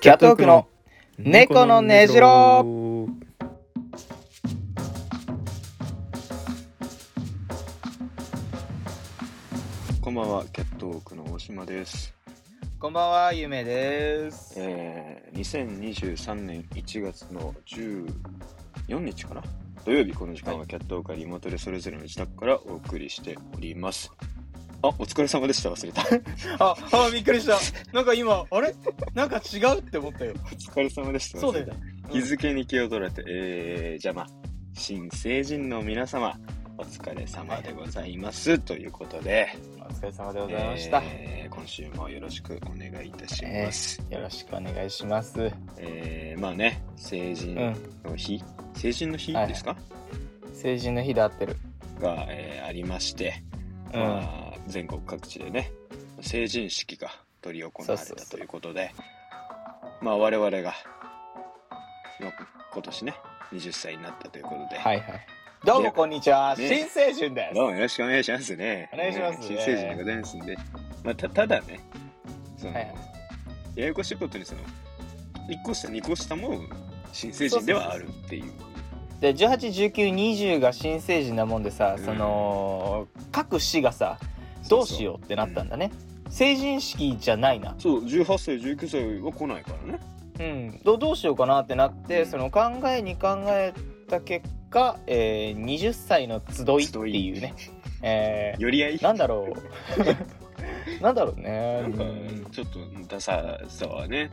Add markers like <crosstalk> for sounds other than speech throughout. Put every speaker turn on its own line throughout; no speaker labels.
キャットウォークの猫のねじろ
こんばんは、キャットウォークの大島です。
こんばんは、ゆめです。
えー、2023年1月の14日かな土曜日この時間はキャットウォークはリモートでそれぞれの自宅からお送りしております。あ、お疲れ様でした。忘れた。 <laughs>
あ、あ、びっくりした。なんか今、あれなんか違うって思ったよ。
お疲れ様でした。
そうだよ
忘れ
ね
た。日付に気を取られて、えー、じゃあまあ、新成人の皆様、お疲れ様でございます。ということで、
お疲れ様でございました。
えー今週もよろしくお願いいたします。
よろしくお願いします。
えーまあね、成人
うん。
の日、成人の日
はい
ですか、
成人の日で合ってる。
が、えーありまして、
うん。
まあ、全国各地でね、成人式が執り行
そう
わ
そう
れた
そう
ということで、まあ我々が、まあ今年ね、20歳になったということで、
はいはい。どうもこんにちは。
ね
新成人です。
どうもよろしくお願いしますね。
お願いします
うん新成人でございますんで。まあ、たただね、その、
はいはい
ややこしいことに、その、1個下、2個下も新成人ではあるっていう。
で、18、19、20が新成人なもんでさ、
うん
その、各市がさ、どうしようってなったんだね。成人式じゃないな。
そう、18歳、19歳は来ないからね。
うん、どどうしようかなってなって、
うん
その考えに考えた結果、えー、20歳の集いっていうね、え
寄り合
<laughs>
い
ー、なんだろう <laughs> なんだろうね
なんか
うん、
ちょっとダサさはね、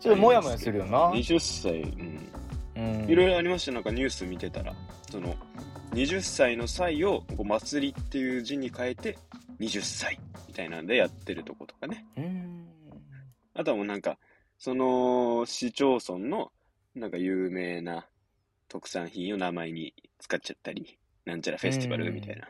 ちょっとモヤモヤするよな、
20歳、うん、
うん、
いろいろありましたなんかニュース見てたらその20歳の歳をこう祭りっていう字に変えて20歳みたいなんでやってるとことかね
うん
あとはもうなんかその市町村のなんか有名な特産品を名前に使っちゃったりなんちゃらフェスティバルみたいな、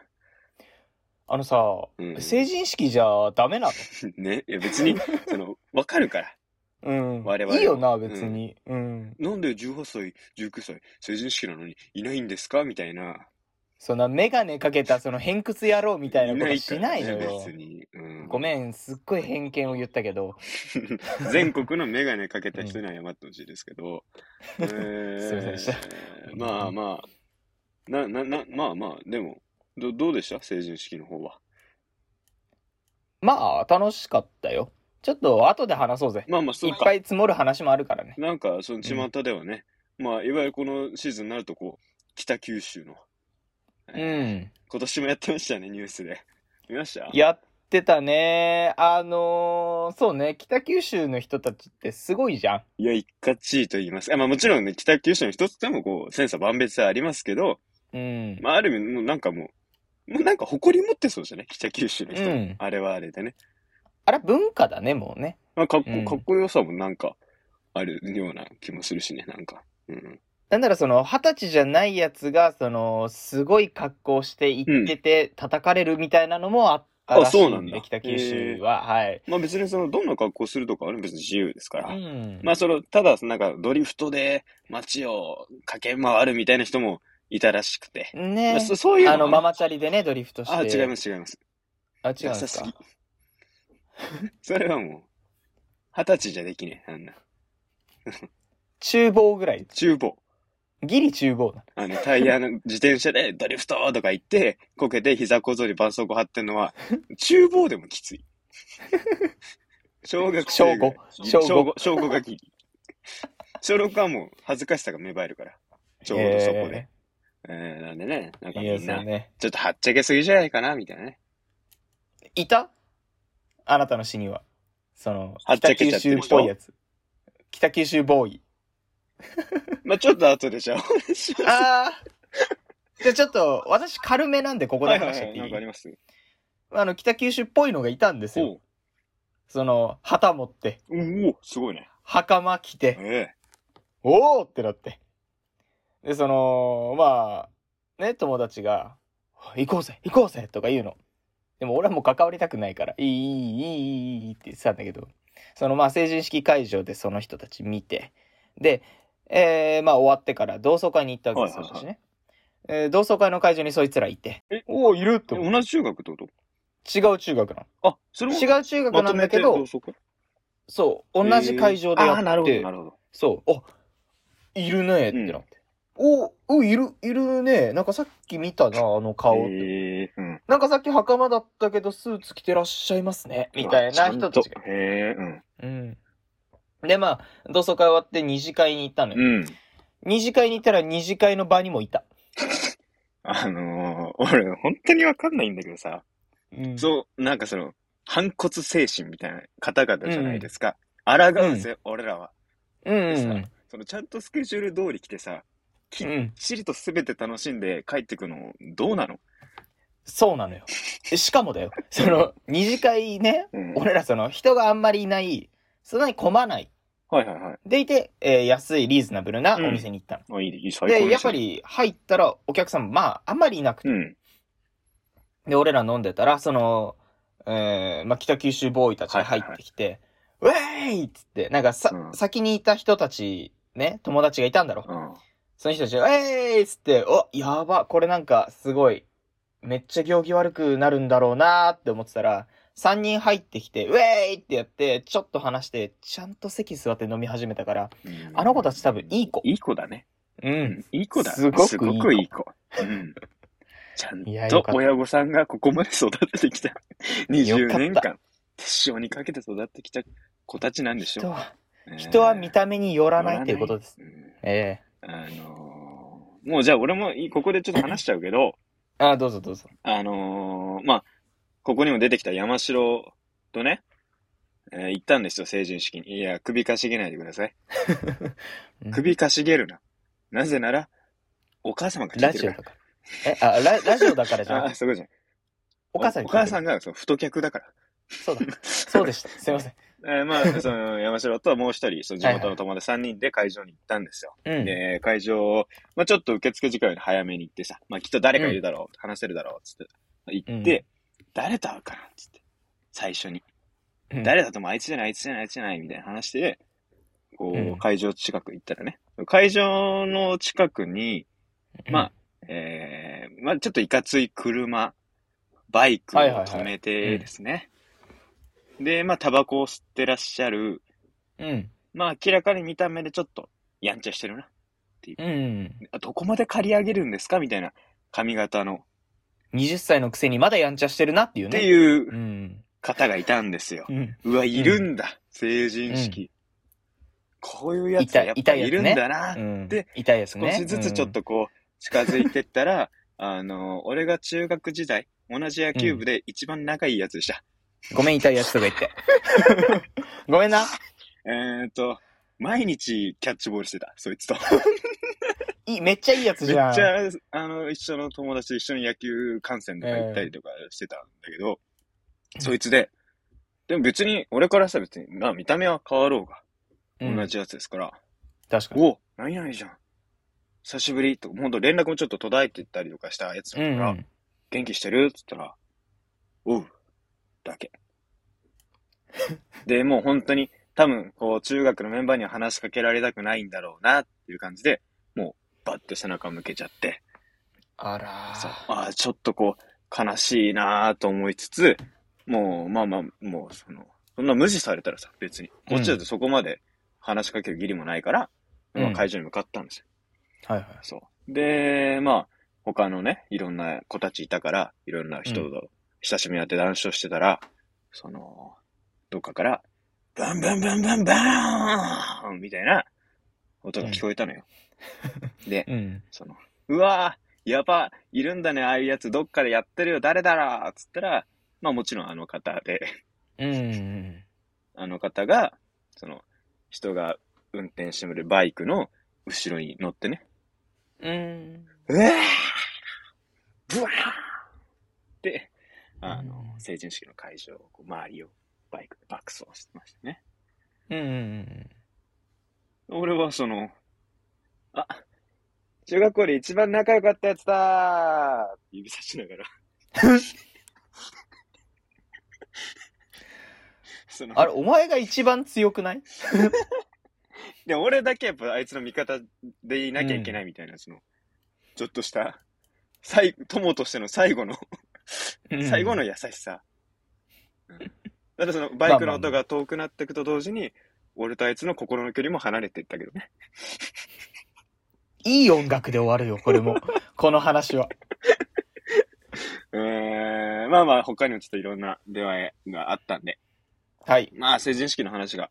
あのさ、
うん
成人式じゃダメな
ねいや
<laughs>
別にその分かるから
の、
我
うん、
々はい
いよな別に、うん
なんで18歳19歳成人式なのにいないんですかみたいな
そんな眼鏡かけたその偏屈野郎みたいなことし <laughs> ないの
いな
よ
いからね別に、うん、
ごめんすっごい偏見を言ったけど、
全国のメガネかけた人には謝ってほしいですけど、えー
<laughs> すいませんでした
まあまあ、な、な、な、まあまあ、でも、どどうでした成人式の方は。
まあ楽しかったよちょっと後で話そうぜ
まあまあ、そ
いうっぱい積もる話もあるからね。
なんか、その巷ではね、まあ、いわゆるこのシーズンになると、こう、北九州の、
うん。
今年もやってましたね、ニュースで。見ました
やってたね。あのーそうね、北九州の人たちってすごいじゃん。
いや、一括地位と言いますか。まあもちろんね、北九州の一つでも、こう、千差万別はありますけど、
うん。
まあ、ある意味、もうなんかもう、もうなんか誇り持ってそうじゃない北九州の人、
うん
あれはあれでね。
あれは文化だね、もうね。
まあ、かっこ、
うん
かっこよさもなんか、あるような気もするしね、なんか。うん。
なんならその、二十歳じゃないやつが、その、すごい格好して行ってて、叩かれるみたいなのもあったらしい
あそうなん
で、
だ
北九州は。はい。
まあ別にその、どんな格好するとかはね別に自由ですか
う
ら。
ん。
まあその、ただ、なんかドリフトで街を駆け回るみたいな人もいたらしくて。ま
ね
あ、そそういう
あの、
は
ママチャリでね、ドリフトして。。
あ、違いますす、違います。
あ、違うんで
ダサ
す
す
か
ぎ。 <laughs> それはもう、二十歳じゃできねえ、あんな。
厨房ぐらい。
厨房。
ギリ厨房だ。
あの、タイヤの <laughs> 自転車でドリフトとか言って、こけて膝小僧に絆創膏貼ってんのは、厨房でもき
<laughs>
つい。小学生ぐらい。
小五
小五。小五がきり。小六はもう恥ずかしさが芽生えるから。ちょうどそこで。えーなんでね、なん
え
か
ー。い
み
いで
ん
す
な
よ、ね。
ちょっとはっちゃけすぎじゃないかな、みたいなね。
いたあなたの死には。その、
はっち
北
ゃけ
九
ちゃって
州
る
っ
人
ぽいやつ。北九州ボーイ。
まあちょっと後でじゃあ、お願いします。
ああ <laughs> じゃあちょっと、私軽めなんでここ
は
で
いは
話し
い
ち
は
ゃっ
い
ていい,、
なんかあります
あの、北九州っぽいのがいたんですよ。
お
その、旗持って、
うおおすごいね。
袴着て、
え
おおってなって。で、その、まあ、ね、友達が、行こうぜ、行こうぜとか言うの。でも俺はもう関わりたくないから、いい、いい、いい、いいいいって言ってたんだけど、そのまあ成人式会場でその人たち見て、で、えー、まあ終わってから同窓会に行ったわけですよ、
はいはいはい
私ね。えー同窓会の会場にそいつらいて
え、
おお、いるって
え
思う
同じ中学ってこと
違う中学な
あ、それ
の。
も
違う中学なんだけ
まとめ
ど
て、そうか
そう、同じ会場でや
あー
っ
なるほ
て
ど、な、るほど。
そう、あ、いるねってなって。お、お、いる、いるね。なんかさっき見たな、あの顔。
えー、うん。
なんかさっき袴だったけど、スーツ着てらっしゃいますね。みたいな人たちが。
へえー、
うん。で、まあ、同窓会終わって二次会に行ったの
う
よ。
ん。うん。
二次会に行ったら二次会の場にもいた。
あのー、俺、本当にわかんないんだけどさ、
うん
そう、なんかその、反骨精神みたいな方々じゃないですか。抗うんぜ、俺らは。
うんう
でさ
ん
そのちゃんとスケジュール通り来てさ、き
う
っ
ん。
ちりと全て楽しんで帰ってくの、どうなの
そうなのよ。しかもだよ。その、二次会ね、
うん
俺らその、人があんまりいない、そんなに混まない。
はいはいはい。
でいて、えー安いリーズナブルなお店に行ったの。
あ、いい、いい、最高
で、
で
やっ
すね
ぱ。り入ったらお客さん、まあ、あんまりいなくて。
うん。
で、俺ら飲んでたら、その、えーまあ、北九州ボーイたちが入ってきて、ウェーイっつって、なんかさ、
うん
先にいた人たち、ね、友達がいたんだろ。
うん。
その人たちが、ウェーイっつって、お、やば、これなんか、すごい、めっちゃ行儀悪くなるんだろうなーって思ってたら、3人入ってきて、ウェーイってやって、ちょっと話して、ちゃんと席座って飲み始めたから、あの子たち多分いい子
いい子だね。
う。。
うんいい子だ。
すごくいい子
すごくいい子。うん。ちゃん
いやよ
と
かった
親御さんがここまで育ててきた。
よか
20
った
年間、手塩にかけて育ってきた子たちなんでし
人
ょ
は、
う。
人は見
た
た目によらないということです。。
うん
え
あのーもうじゃあ俺もいここでちょっと話しちゃうけど、
えあ、どうぞどうぞ。
あのーまあ、ここにも出てきた山城とね、えー行ったんですよ、成人式に。いや、首かしげないでください。
<laughs> うん
首かしげるな。なぜなら、お母様が聞
ラ
いて
ジオ
る
だ
か
から。え、あ、ララジオだからじゃ
ら。
な
あ、
い。
そういうことじゃん。
お母さん
お
に聞いてる
母さんがそう太客だから。
そうだ。そうでした。すいません。
<laughs> えーまあ、その山城ともう一人、その地元の友達3人で会場に行ったんですよ。
うん。
で、会場、まあ、ちょっと受付時間より早めに行ってさ、まあ、きっと誰かいるだろう、話せるだろう、つって、行って、誰と会うかな、つって、最初に。
うん
誰だともあいつじゃない、あいつじゃない、あいつじゃない、みたいな話で、こう、
うん
会場近く行ったらね、会場の近くに、まあ、えー、まあ、ちょっといかつい車、バイクを
はいはいはい
止めてですね。で、まあ、タバコを吸ってらっしゃる、
うん。
まあ、明らかに見た目でちょっと、やんちゃしてるな。
うん。
あどこまで借り上げるんですかみたいな髪型の、
20歳のくせにまだやんちゃしてるなっていう
っ
ね。
て
う。。
いうん方がいたんですよ
う。ん。
うわ、いるんだ、成人式。こういうやつがやっ
い
ぱ
たいた
りい
やつ
る
ね
んだな。
うん
で、
痛いやつ
少
ね。
しずつちょっ
う
とこう、近づいてったら、 <laughs> あの、俺が中学時代、同じ野球部で一番仲いいやつでした。
ん。ごめん、痛いやつとか言って。 <laughs> ごめんな。
えーっと、毎日キャッチボールしてた、そいつと。
いい、めっちゃいいやつ
めっ
じ
ち
ゃん。
ゃ、あの、一緒の友達と一緒に野球観戦とか行ったりとかしてたんだけ
う
ど、
ん
そいつで、でも別に、俺からしたら別に、まあ見た目は変わろうが、
うん
同。じやつですから、
確かに。
お何々じゃん。久しぶりと、ほんと連絡もちょっと途絶えてったりとかしたやつだ
う
から、
んうん。
元気してるっつったら、おう、だけ。で、もう本当に、多分、こう、中学のメンバーには話しかけられたくないんだろうな、っていう感じで、もう、バッて背中向けちゃって、
あら
そう
ー。
ああ、ちょっとこう、悲しいなぁと思いつつ、もう、まあまあ、もう、その、そんな無視されたらさ、別に。こっちだってそこまで話しかける義理もないから、
うん
まあ会場に向かったんですよ。
はいはい。
そう。で、まあ、他のね、いろんな子たちいたから、いろんな人と親しみ合って談笑してたら、その、どっかから、バンバンバンバンバーンみたいな音が聞こえたのよ。で、
うん。
その、うわーやばいるんだね、ああいうやつ、どっかでやってるよ、誰だらつったら、まあもちろんあの方で、 <laughs>
うんうん。
あの方が、その、人が運転してくれるバイクの後ろに乗ってね、
うん。
うわーブワーって、あの、
うん
成人式の会場、こう周りをバイクで爆走してましたね。
うんうん
俺はその、あ、中学校で一番仲良かったやつだー指差しながら。 <laughs> その
あれ、お前が一番強くない
で俺だけやっぱあいつの味方でいなきゃいけないみたいな、その、ちょっとした、 <laughs> 最、友としての最後の、最後の優しさ。うんだってそのバイクの音が遠くなっていくと同時に、俺とあいつの心の距離も離れていったけどね。
いい音楽で終わるよ、これ <laughs> も。この話は。
えー、まあまあ他にもちょっといろんな出会いがあったんで、
はい。
まあ成人式の話が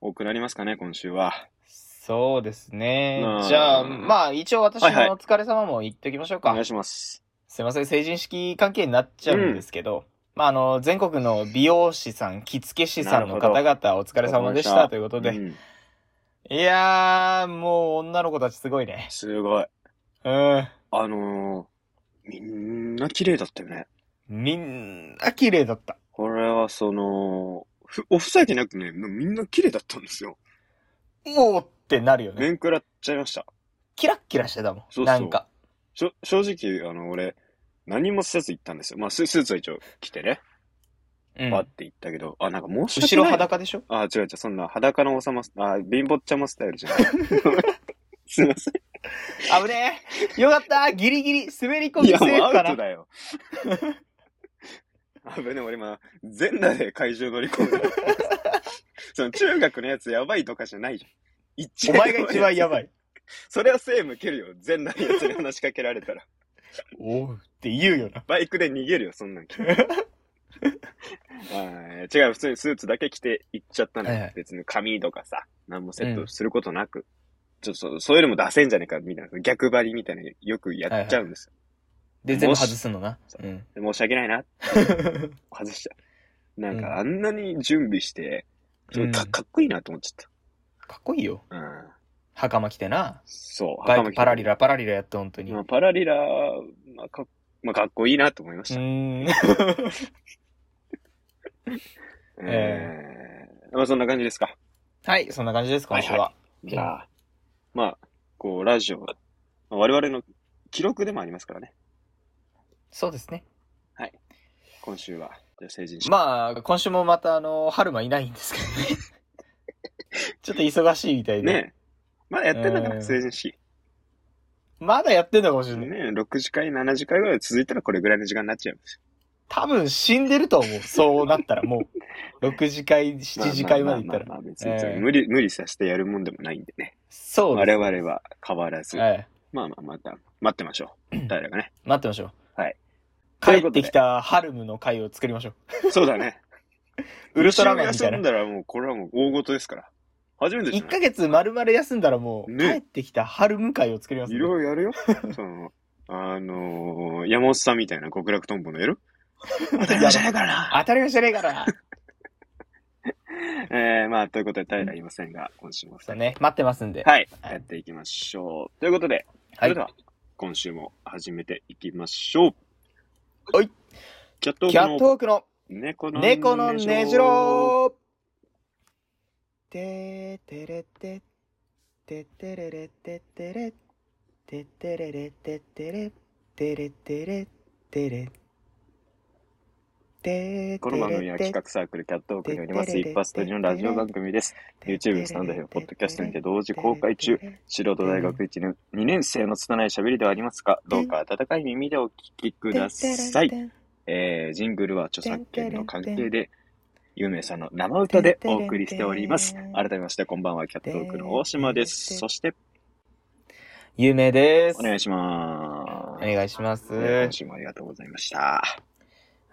多くなりますかね、今週は。
そうですね
うん。
じゃあ、まあ、一応私の
はいはい
お疲れ様も言っておきましょうか。
お願いします。
すいません、成人式関係になっちゃうんですけど、まあ、あの、全国の美容師さん、着付け師さんの方々、お疲れ様でした
わかりました
ということで。
うん
いやー、もう女の子たちすごいね。
すごい。
うん。
あのー、みんな綺麗だったよね。
みんな綺麗だった。
これはその、ふオフサイトなくね、もうみんな綺麗だったんですよ。
おーってなるよね。
面食らっちゃいました。
キラッキラしてたもん。
そうそう
なんか。
しょ正直、あの、俺、何もせず行ったんですよ。まあ、ススーツは一応着てね、
うん
パッて行ったけど、あ、なんか申し
後
訳
ろ
ない。
裸でしょ
あ、違う違う、そんな裸の王様、あ、貧乏ちゃまスタイルじ
<laughs>
ゃない。すいません。
危ねえ。よかったギリギリ滑り込み
いや、
セ
も
ー
う
フか
アウト
な。
だよ。 <laughs> あぶねえ、俺今、全裸で怪獣乗り込んだ。 <laughs> その中学のやつやばいとかじゃないじゃん。一
お前が一番やば
い。
い。
それは背向けるよ。全裸のやつに話しかけられたら。
おうって言うよな。
バイクで逃げるよ、そんなん着
<laughs>
てはい違う、普通にスーツだけ着て行っちゃったのよ、
はいはい
別に髪とかさ、何もセットすることなく。ちょっとそうそういうのも出せんじゃねえか、みたいな。逆張りみたいなのよくやっちゃうんですよ。
で、全部外すのな。うん。
で申し訳な
<laughs>
いな、外しちゃう。なん
うん
か、あんなに準備して、ちょっと
う
か
ん
かっこいいなと思っちゃっ
かっこいいよ。
た。うん。
袴着てな。
そう、
バイクパラリ
ラ。
ラパラリラやって、本当に。
まあ、
う
パラリラ、まあ、かっまあ、かっこいいなと思いました。
ーん。
えー、まあ、そんな感じですか。
はい、そんな感じです、今週は。
じゃあ、まあ、こう、ラジオ、まあ我々の記録でもありますからね、
そうですね。
今週は。じゃあ成人式。
まあ、今週もまた、あの、春馬いないんですけどね。
<laughs>
ちょっと忙しいみたいで。
ねえまだやってんだか
う
ら、
ん
成人式。
まだやってんのかもしれない。
ねえ6時間、7時間ぐらい続いたらこれぐらいの時間になっちゃいます。
多分死んでると思う。そうなったら、もう。6次会、7次会まで行った
ま
ら。
あまあまあまあ別に、
ええ
無理、無理させてやるもんでもないんでね。
そうです
我々は変わらず、
はい。
まあまあ、また、待ってましょう。誰かね。
待ってましょう。
はい。という
帰
こ
っ
とで
てきたハルムの会を作りましょう。
そう
<laughs>
だね。
ウルトラマンみたい
一
な
応休ん。だらもう、これはもう大事ですから。初めてじゃ
1
ない
ヶ月丸々休んだらもう、
ね
帰ってきた春迎えを作ります、
い
ね。
ろいろやるよ。 <laughs> その、あのー山本さんみたいな極楽とんぼのやる当たり前じゃないからな。
当たり前じゃねえから。
えー、まあ、ということで、平いませんが、今週も
そうね、待ってますんで。
はい、
はい
やっていきましょう。ということで、そ
は
れ
い
で。は、今週も始めていきましょう。
はい。
キャット
キャッ
ークの
トウォークの
猫の
猫のねじ
う。
ろうてーてれてててれれててれててれれててれてれてれてれてーてれて
この番組は企画サークルキャットオークによります一発撮りのラジオ番組です。YouTube、スタンドヘア、ポッドキャストにて同時公開中。素人大学1年、2年生の拙い喋りではありますが、どうか温かい耳でお聞きください。。えー、ジングルは著作権の関係で、有名さんの生歌でお送りしております。改めまして、こんばんは、キャットウォークの大島です。そして、
有名です。
お願いしま
お
す。
願いします。
えー今週もありがとうございました。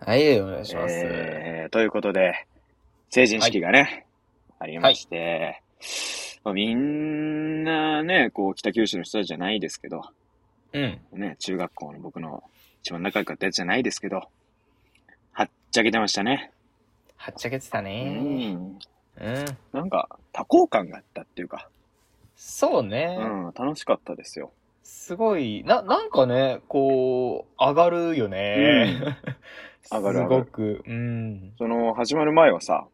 はい、お願いします。
えーということで、成人式がね、ありまして、まあみんなね、こう、北九州の人たちじゃないですけど、
うん。
ね、中学校の僕の一番仲良かったやつじゃないですけど、はっちゃけてましたね。
はっちゃけてた
う
ね。
ん。
うん。
なんか、多幸感があったっていうか、
そうね。
うん、楽しかったですよ。
すごい、な、なんかね、こう、上がるよね。
うん上がる
すごく、うん。
その、始まる前はさ、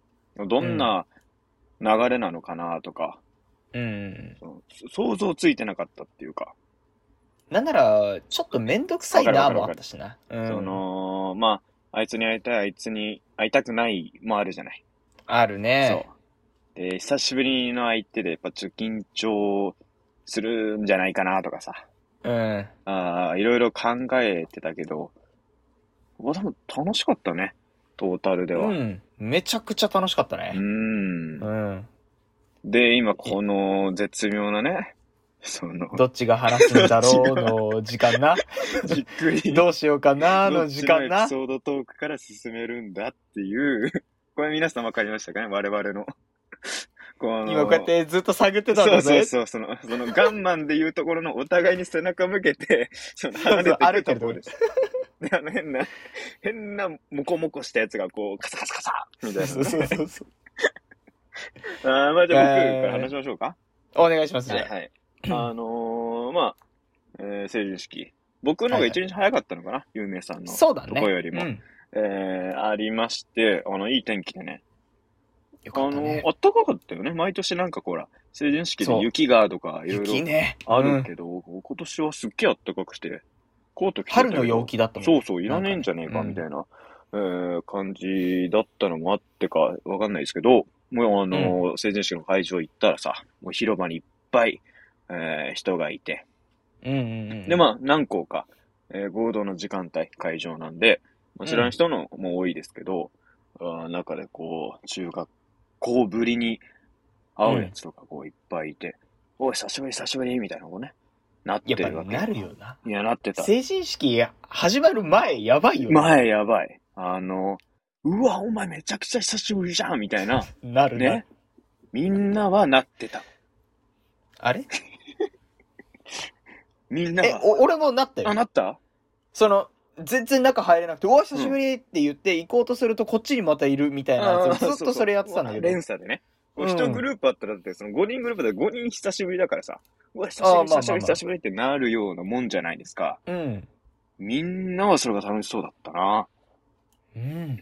どんな流れなのかなとか、
うん。
その想像ついてなかったっていうか、
なんなら、ちょっとめんどくさい
わか
な
る
も
わか
あ
る
ったしな。うん。
その、まあ、あいつに会いたい、あいつに会いたくないもあるじゃない。
あるね。
そう。で、久しぶりの相手で、やっぱちょっと緊張するんじゃないかなとかさ、
う。うん。
ああ、いろいろ考えてたけど、まあでも楽しかったね、トータルでは。
うん。めちゃくちゃ楽しかったね
う。ん
う。ん。
で、今この絶妙なね、その、
どっちが話すんだろうの時間な。
じっくり、
どうしようかなの時間
どっちのエ
な
ピ。ソードトークから進めるんだっていう、これ皆さん分かりましたかね我々の。この
今こうやってずっと探ってたんだ
そう
ぜ。
そうそう、その、その、ガンマンでいうところのお互いに背中向けて、 <laughs> その、離れて
歩い
いく
てる
ところです。 <laughs> で、あの、変な、変な、モコモコしたやつが、こう、カサカサカサみたい
そうそうそうそう。
な。あーまあ、じゃあ僕
えー
から話しましょうか。
お願いします。じ
はい
ゃあ
はい。あのー、まあ、えー成人式。僕の方が一日早かったのかな、有名さんの。
そうだね。
とこよりも
うん
えー、ありまして、あの、いい天気でね。
よ
あ
かった
の、
ね。
あったかかったよね。毎年なんかこうほら、成人式で雪がとかいろ
雪
いろ
ね。
あ
う
る
ん
けど、今年はすっげえあったかくて、コート着てたけ
春
ど
の陽気だったもん
そうそう、いらねえんじゃねえ
な
か、
んかね
みたいな、えー感じだったのもあってか、わかんないですけど、もうあの、成人式の会場行ったらさ、もう広場にいっぱい、えー人がいて、
うんうんうん。
で、まあ、何校か、えー合同の時間帯、会場なんで、まあ知らん人のも多いですけど、あー中でこう、中学校ぶりに会うやつとかこういっぱいいて、おい、久しぶり、久しぶり、みたいなのね、なって
やっぱ
るわ
り
け。
なるよな。
いや、なってた。
成人式始まる前、やばいよね。
前やばい。あの、うわ、お前めちゃくちゃ久しぶりじゃん、みたいな、
なる
ね
ね。。
みんなはなってた。
あれ
みんな
え、
は。
お俺もなったよ
あ、。なった
その、全然中入れなくて、おい、久しぶりって言って行こうとすると、こっちにまたいるみたいな
あ
や
ー
つをずっとそれやってたんだけど。
連鎖でね。
うん
一グループあったら、だってその5人グループで5人久しぶりだからさ、うわ、久
あーま
しぶ
あ
り、
まあまあ
久しぶり、久しぶりってなるようなもんじゃないですか。
うん。
みんなはそれが楽しそうだったな。
うん。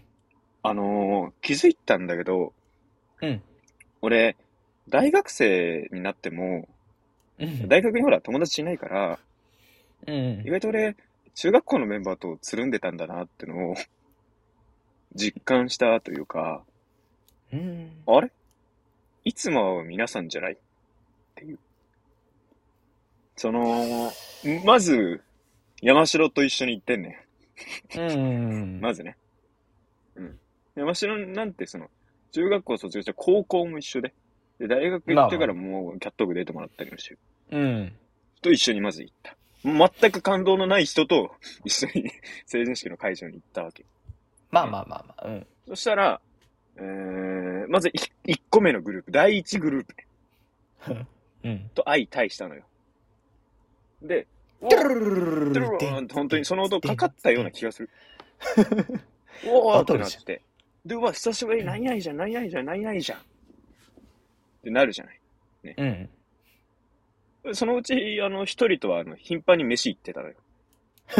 あのー気づいたんだけど、
うん。
俺、大学生になっても、
うん。
大学にほら友達いないから、
うん
意。外と俺、中学校のメンバーとつるんでたんだなってのを、実感したというか、
うん。
あれいつもは皆さんじゃないっていう。その、まず、山城と一緒に行ってんね。
うん。
まずね。うん。山城なんてその、中学校卒業して高校も一緒で。で、大学行ってからもうキャットオーク出てもらったりもしてる。
うん。
と一緒にまず行った。全く感動のない人と <laughs> 一緒に成人式の会場に行ったわけ。
まあまあまあまあ。うん。
そしたら、えー、まず1個目のグループ、第1グループね
うん。
と相対したのよ。で、
ドゥルルルルル
ド
ル
ゥルーンって本当にその音かかったような気がする。おおってなって。で、うわ、久しぶり、何々じゃん、何々じゃん、何々じゃん。ってなるじゃない。
うん。
そのうち、あの、一人とは、あの、頻繁に飯行ってたのよ。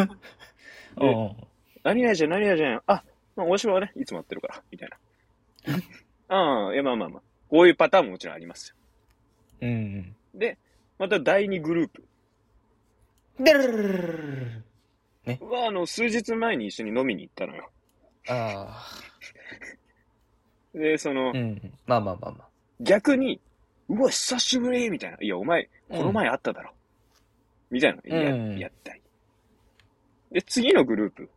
う
で、
ん。
何々じゃん、何々じゃん。あ、まあ、大島はね、いつも会ってるから、みたいな。ああ、いや、まあまあまあ。こういうパターンももちろんありますよ。
うん。
で、また第2グループ。
ドゥルルルルルル
うわ、あの、数日前に一緒に飲みに行ったのよ。
あ
で、その、
あ。うん。まあまあまあまあ。
逆に、うわ、久しぶりみたいな。いや、お前、この前会っただろ。みたいなのや,、
うん
やったり。で、次のグループ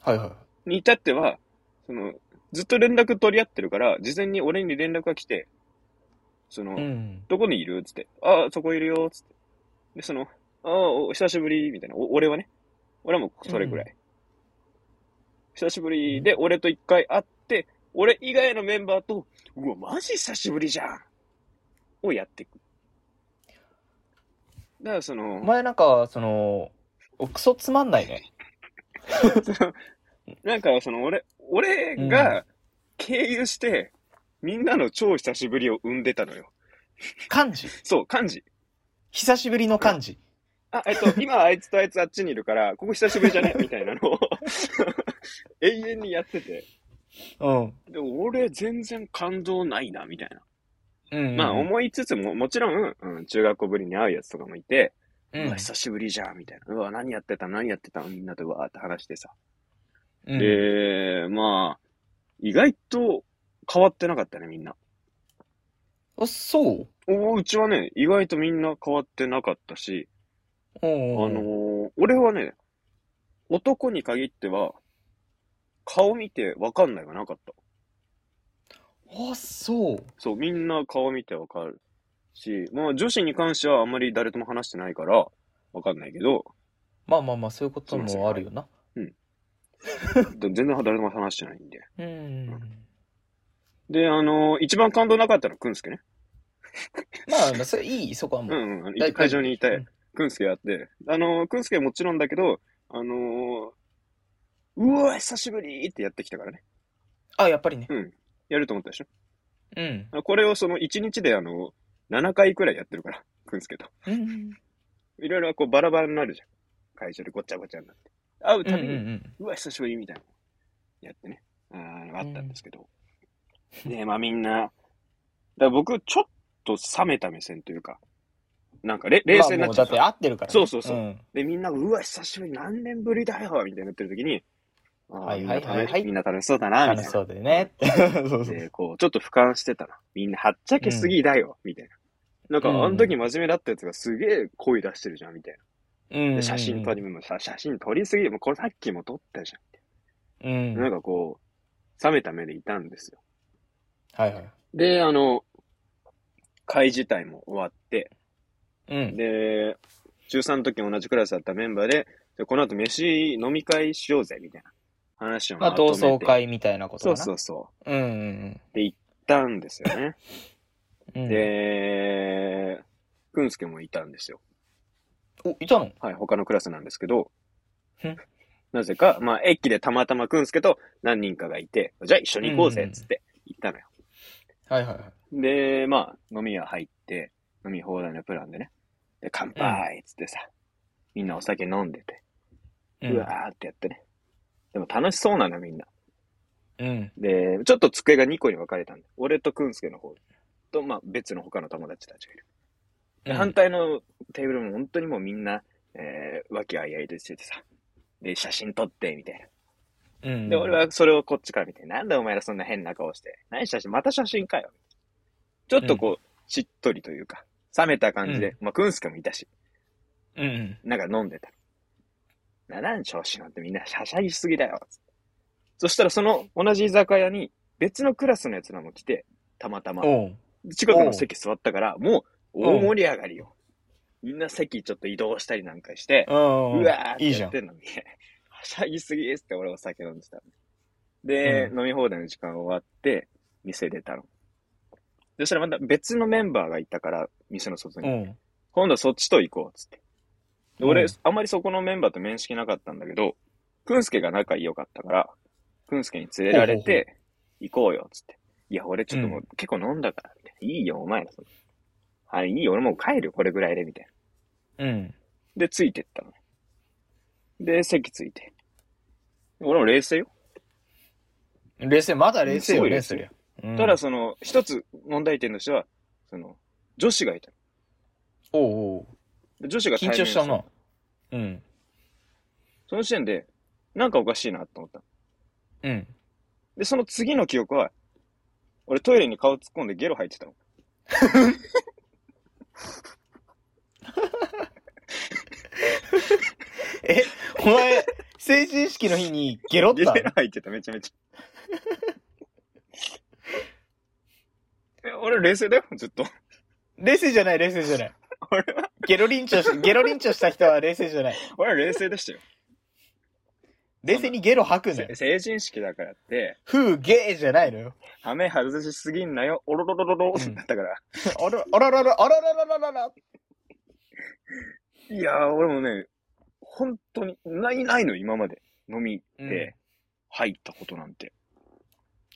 はいはい。
に至っては、その、ずっと連絡取り合ってるから、事前に俺に連絡が来て、その、
うん。
どこにいるつって、ああ、そこいるよ、つって。で、その、ああ、お久しぶり、みたいな。お俺はね、俺はもうそれぐらい。久しぶりで、俺と一回会って、俺以外のメンバーと、うわ、マジ久しぶりじゃんをやっていく。だからそ
お
の、
前なんか、その、おクソつまんないね。
なんかその俺、俺が経由して、みんなの超久しぶりを生んでたのよ。
漢字。
そう、漢字。
久しぶりの漢字。
あ、えっと、今あいつとあいつあっちにいるから、ここ久しぶりじゃねみたいなのを <laughs> 永遠にやってて。
うん。
で、俺全然感動ないな、みたいな。
うん。
まあ思いつつも、もちろん、うん、中学校ぶりに会うやつとかもいて、
う
うわ、
ん。
久しぶりじゃん、みたいな。うわ、何やってた何やってたみんなでわーって話してさ。
うん
で、まあ、意外と変わってなかったね、みんな。
あ、そう
おうちはね、意外とみんな変わってなかったし、
あ
あのー俺はね、男に限っては、顔見てわかんないがなかった。
あ、そう。
そう、みんな顔見てわかるし、まあ女子に関してはあんまり誰とも話してないから、わかんないけど、 <laughs>
まあまあまあ、そういうこともあるよな。
全然誰とも話してないんで。
うん。
で、あの一番感動なかったのはくんすけね。
まあ、それいい、そこは
う
もう。
んうんあ
大
の。
体
会場にいて、
うん
くんすけやって、あのー、くんすけはもちろんだけど、あのーうわ、久しぶりってやってきたからね。
あ、やっぱりね。
やると思ったでし
うん。
ょ。これをその1日であの7回くらいやってるから、くんすけと。
うん。
いろいろこうバラバラになるじゃん。会場でごっちゃごちゃになって。会う
うんう
た
ん
び
う。
に、うんわ、久しぶりみたいな。やってね。あーあったんですけど。で、まあみんな、だから僕、ちょっと冷めた目線というか、なんかれ冷静に
まあ
な
も
っ
う
ち
だ
ゃっ
って
た。
合ってるからね。
そうそうそうんで、みんな、うわ、久しぶり、何年ぶりだよみたいになってる時に、あー
はいはいはいはい
みんな楽しそうだな、
楽
みたい
し
な。
そうでね。 <laughs> そうそう。
で、こう、ちょっと俯瞰してたら、みんなはっちゃけすぎだよ、みたいな。なんか、
うん
あの時真面目だったやつがすげえ声出してるじゃん、みたいな。
う
で
ん。
写真撮り、もさ、写真撮りすぎもうこれさっきも撮ったじ
う
ゃ
ん。
ん。
は
ないんかこう、冷めた目でいたんですよ。
はい。
で、あの、会自体も終わって、
うん。
で、中3の時同じクラスだったメンバーで、でこの後飯飲み会しようぜ、みたいな話を
ま
ま
あ、
とめ
同
て。
窓会みたいなことか
そう
な。
そううそ
そう。うんうん
う。行ったんですよね。
うん。うん、
で、くんすけもいたんですよ。
お、いたの
はい、他のクラスなんですけど
ん、
なぜか、まあ、駅でたまたまくんすけと何人かがいて、じゃあ一緒に行こうぜ、っつって行ったのよ。
はいはいはい。
で、まあ、飲み屋入って、飲み放題のプランでね。で、乾杯っつってさ、みんなお酒飲んでて、
ん
うわーってやってね。でも楽しそうなのみんな。
うん。
で、ちょっと机が2個に分かれたんで、俺とくんすけの方と、まあ、別の他の友達たちがいる。で反対のテーブルも本当にもうみんな、えー、和気あいあいとしててさ。で、写真撮って、みたいな。
うん。
で、俺はそれをこっちから見て、なんでお前らそんな変な顔して、何写真、また写真かよ。ちょっとこう、しっとりというか、冷めた感じで、まあ、くんすけもいたし、
うんうん。
なんか飲んでた。な、なん調子なんてみんなしゃしゃぎしすぎだよ。そしたらその同じ居酒屋に別のクラスのやつらも来て、たまたま。
おう。
近くの席座ったから、もう大盛り上がりよ。みんな席ちょっと移動したりなんかして、
うんうん。
うわーっ
い
て
いじ
や
ゃ
っ
ん。
てんのに、はしゃぎすぎですって俺お酒飲んでたの。で、
う
飲み放題の時間終わって、店出たの。そしたらまた別のメンバーがいたから、店の外
う
に。
ん。
今度はそっちと行こうっつって。で俺、
うん
あんまりそこのメンバーと面識なかったんだけど、くんすけが仲良かったから、くんすけに連れられて、行こうよっつって。いや、俺ちょっともう結構飲んだから、みたいな。いいよ、お前ら。そのあ、いいよ、俺もう帰るよ、これぐらいで、みたいな。
うん。
で、ついてったのね。で、席ついて。俺も冷静よ。
冷静、まだ冷静よ
うん
ね、
す
そ
ごい
りゃ。うん
ただ、その、一つ問題点としては、その、女子がいたの
おうおう。
で女子が対
緊
面
張した
の
な。うん。
その時点で、なんかおかしいなと思った。
うん。
で、その次の記憶は、俺トイレに顔突っ込んでゲロ吐いてたの。
え、お前、 <laughs> 成人式の日にゲロっ
ゲロ
た
吐いてた、めちゃめちゃ。 <laughs> え俺冷静だよ、ずっと。
冷静じゃない、冷静じゃない。
俺は、
ゲロリンチ
<laughs>
ョし、ゲロリンチョした人は冷静じゃない。
俺は冷静でしたよ。
冷静にゲロ吐くなよ
せ。成人式だからって、
ふうゲーじゃないのよ。
ハメ外しすぎんなよ、おろろろろろってなったから。
あら、あららら、あらららららら。
いやー、俺もね、本当に、ない、ないの、今まで。飲みで、入ったことなんて。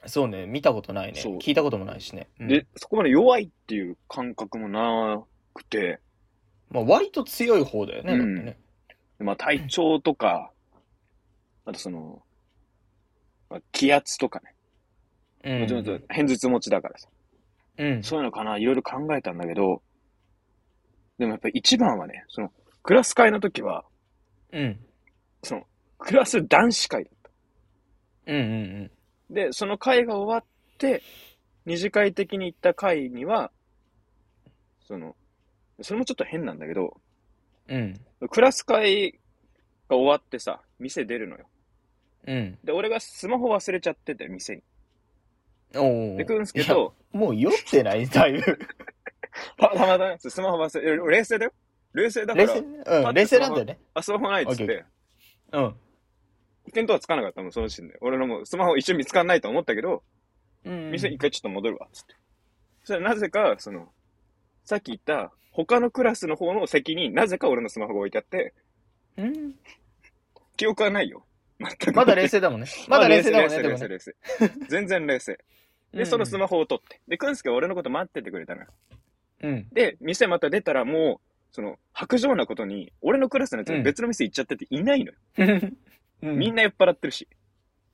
そうね、見たことないね。
そう
聞いたこともないしね。うん
で、そこまで弱いっていう感覚もなくて、
まあ、割と強い方だよね、だってね。
まあ、体調とか、あとその、まあ、気圧とかね。
うん
もちろん、偏頭痛持ちだからさ。
うん。
そういうのかな、いろいろ考えたんだけど、でもやっぱり一番はね、その、クラス会の時は、
うん。
その、クラス男子会だった。
うんうん
で、その会が終わって、二次会的に行った会には、その、それもちょっと変なんだけど、
うん。うん。
クラス会が終わってさ、店出るのよ。
うん。
で、俺がスマホ忘れちゃってて、店に。
お
で、くんすけと、
もう酔ってないだいぶ。
たたまたま、スマホ忘れ、冷静だよ。冷静だか
冷
ら
静、、うん、冷静なんだよね。
あ、スマホないっつっ
オッケ
て、
うん。
点とはつかなかったもん、その時点で。俺らもうスマホ一瞬見つかんないと思ったけど、
うん
店一回ちょっと戻るわ、つって。そしたらなぜか、その、さっき言った、他のクラスの方の席になぜか俺のスマホが置いてあって、
うん
記憶はないよ。全く。
ま
<laughs>
だ冷静だもんね。まだ冷静だもんね、で
冷
も
静、
ね。
冷静、冷静。全然
<laughs>
冷静。で、そのスマホを取って。で、くんすけは俺のこと待っててくれたのよ。
ホ。うん。
で、店また出たらもう、その、白状なことに、俺のクラスのやつが別の店行っちゃってていないのよ。
うん。
みんな酔っ払ってるし。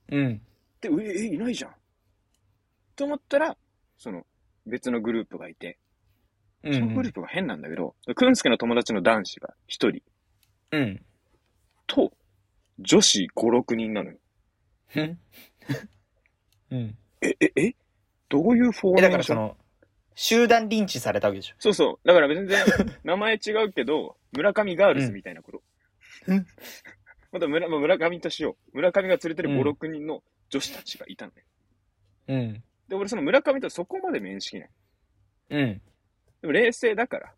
うん。
で、うえ、え、いないじゃん。と思ったら、その、別のグループがいて、
う
そのグル
ん
ー。プが変なんだけど、くんすけの友達の男子が一人
うん。
と、女子5、6人なのよ。
うん。うん。
え、え、えどういうフォーメーション
え、だからその、集団リンチされたわけでしょ。
そうそう。だから全然、名前違うけど、村上ガールズみたいなこと。
うん
また村、まあ村上としよう。村上が連れてる
うん
5、6人の女子たちがいたのね。
うん。
で、俺その村上とそこまで面識ない。
うん。
でも冷静だから、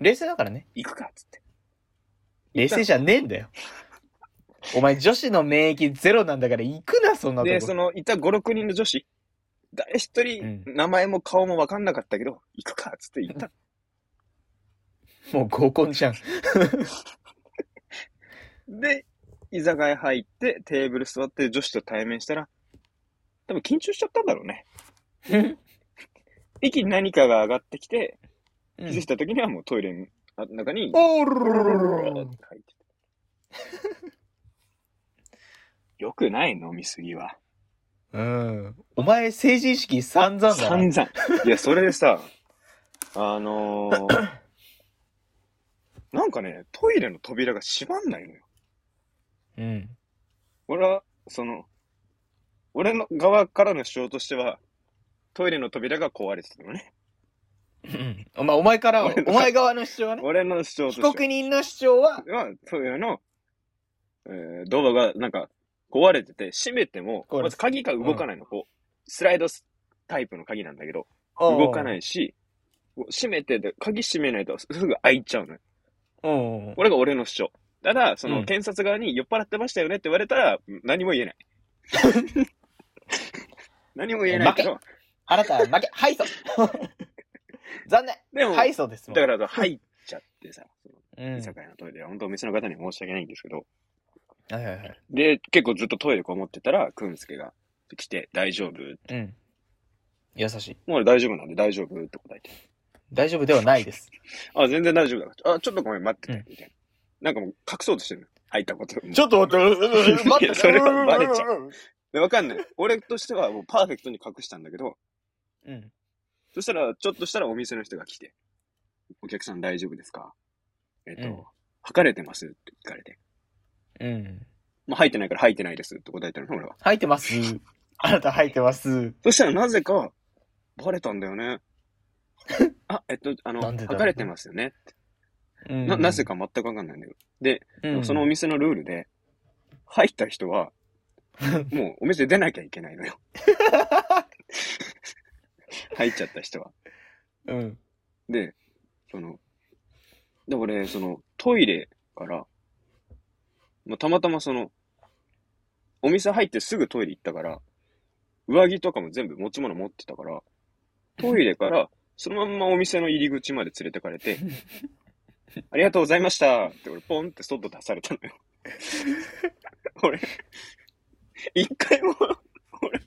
冷静だからね。
行くか、っつって。
冷静じゃねえん
<laughs>
だよ。お前女子の免疫ゼロなんだから行くな、そんなとこ。
で、その、いた5、6人の女子、誰一人、名前も顔も分かんなかったけど、行くか、っつって行った。
もう合コンじゃん。
で、居酒屋入って、テーブル座って女子と対面したら、多分緊張しちゃったんだ <laughs> ろうね。
うん
一気に何かが上がってきて、気づいた時にはもうトイレの中に、
おーるるるるる
入ってたよくない飲みすぎは。
うん。お前成人式散々だ
散
な。
々。いや、それでさ、あのー、なんかね、トイレの扉が閉まんないのよ。
うん。
俺は、その、俺の側からの主張としては、トイレの扉が壊れてたのね。
うんお前、お前
<laughs>
からは
俺、の
お前側の主張はね。
俺の主張とし
被
ては。
告人の主張は、
は、トイレの、えー、ドアが、なんか、壊れてて、閉めても、
壊れて。
まず鍵が動かないの、こう、スライドスタイプの鍵なんだけど、動かないいし、こう閉めてて、鍵閉めないとすぐ開いちゃうのよ。
うんうん。
これが俺の主張。ただ、そうの、
ん
検察側に酔っ払ってましたよねって言われたら、何も言
<laughs>
えない。何も言えないけど、
あなたは負け、敗
<laughs>
訴残
でも、
念敗訴ですもん。
だから、入っちゃってさ、その
うん。は
居
い
酒屋のトイレ、本当お店の方に申し訳ないんですけど、
はいはい。
で、結構ずっとトイレこもってたら、くんすけが来て、大丈夫
うん。優しい。
もう俺大丈夫なんで大丈夫って答えて。
大丈夫ではない
<laughs>
です。
あ、全然大丈夫だ。あ、ちょっとごめん、待って
うん
て、みたいな。なんかもう隠そうとしてるの。入ったこと。
ちょっと待って、
待ってそれはバレちゃ
う。
で、わかんない。俺としてはもうパーフェクトに隠したんだけど、
うん。
そしたら、ちょっとしたらお店の人が来て、お客さん大丈夫ですかえっと、
うん
測れてますって聞かれて。
うん。
もう入ってないから入ってないですって答えたの、俺は。
吐いてます。あなた吐いてます。
そしたらなぜか、バレたんだよね。あ、えっと、あの、
なんでだろう
測れてますよね。
うん
な、なぜ、か全くわかんないんだけど。
うん
そのお店のルールで、入った人
<laughs>
は、もうお店出なきゃいけないのよ。入っちゃった人は。
うん。
で、その、で、俺、その、トイレから、まあ、たまたまその、お店入ってすぐトイレ行ったから、上着とかも全部持ち物持ってたから、トイレから、そのまんまお店の入り口まで連れてかれて、ありがとうございましたって俺ポンって外出されたのよ。俺、一回も、俺、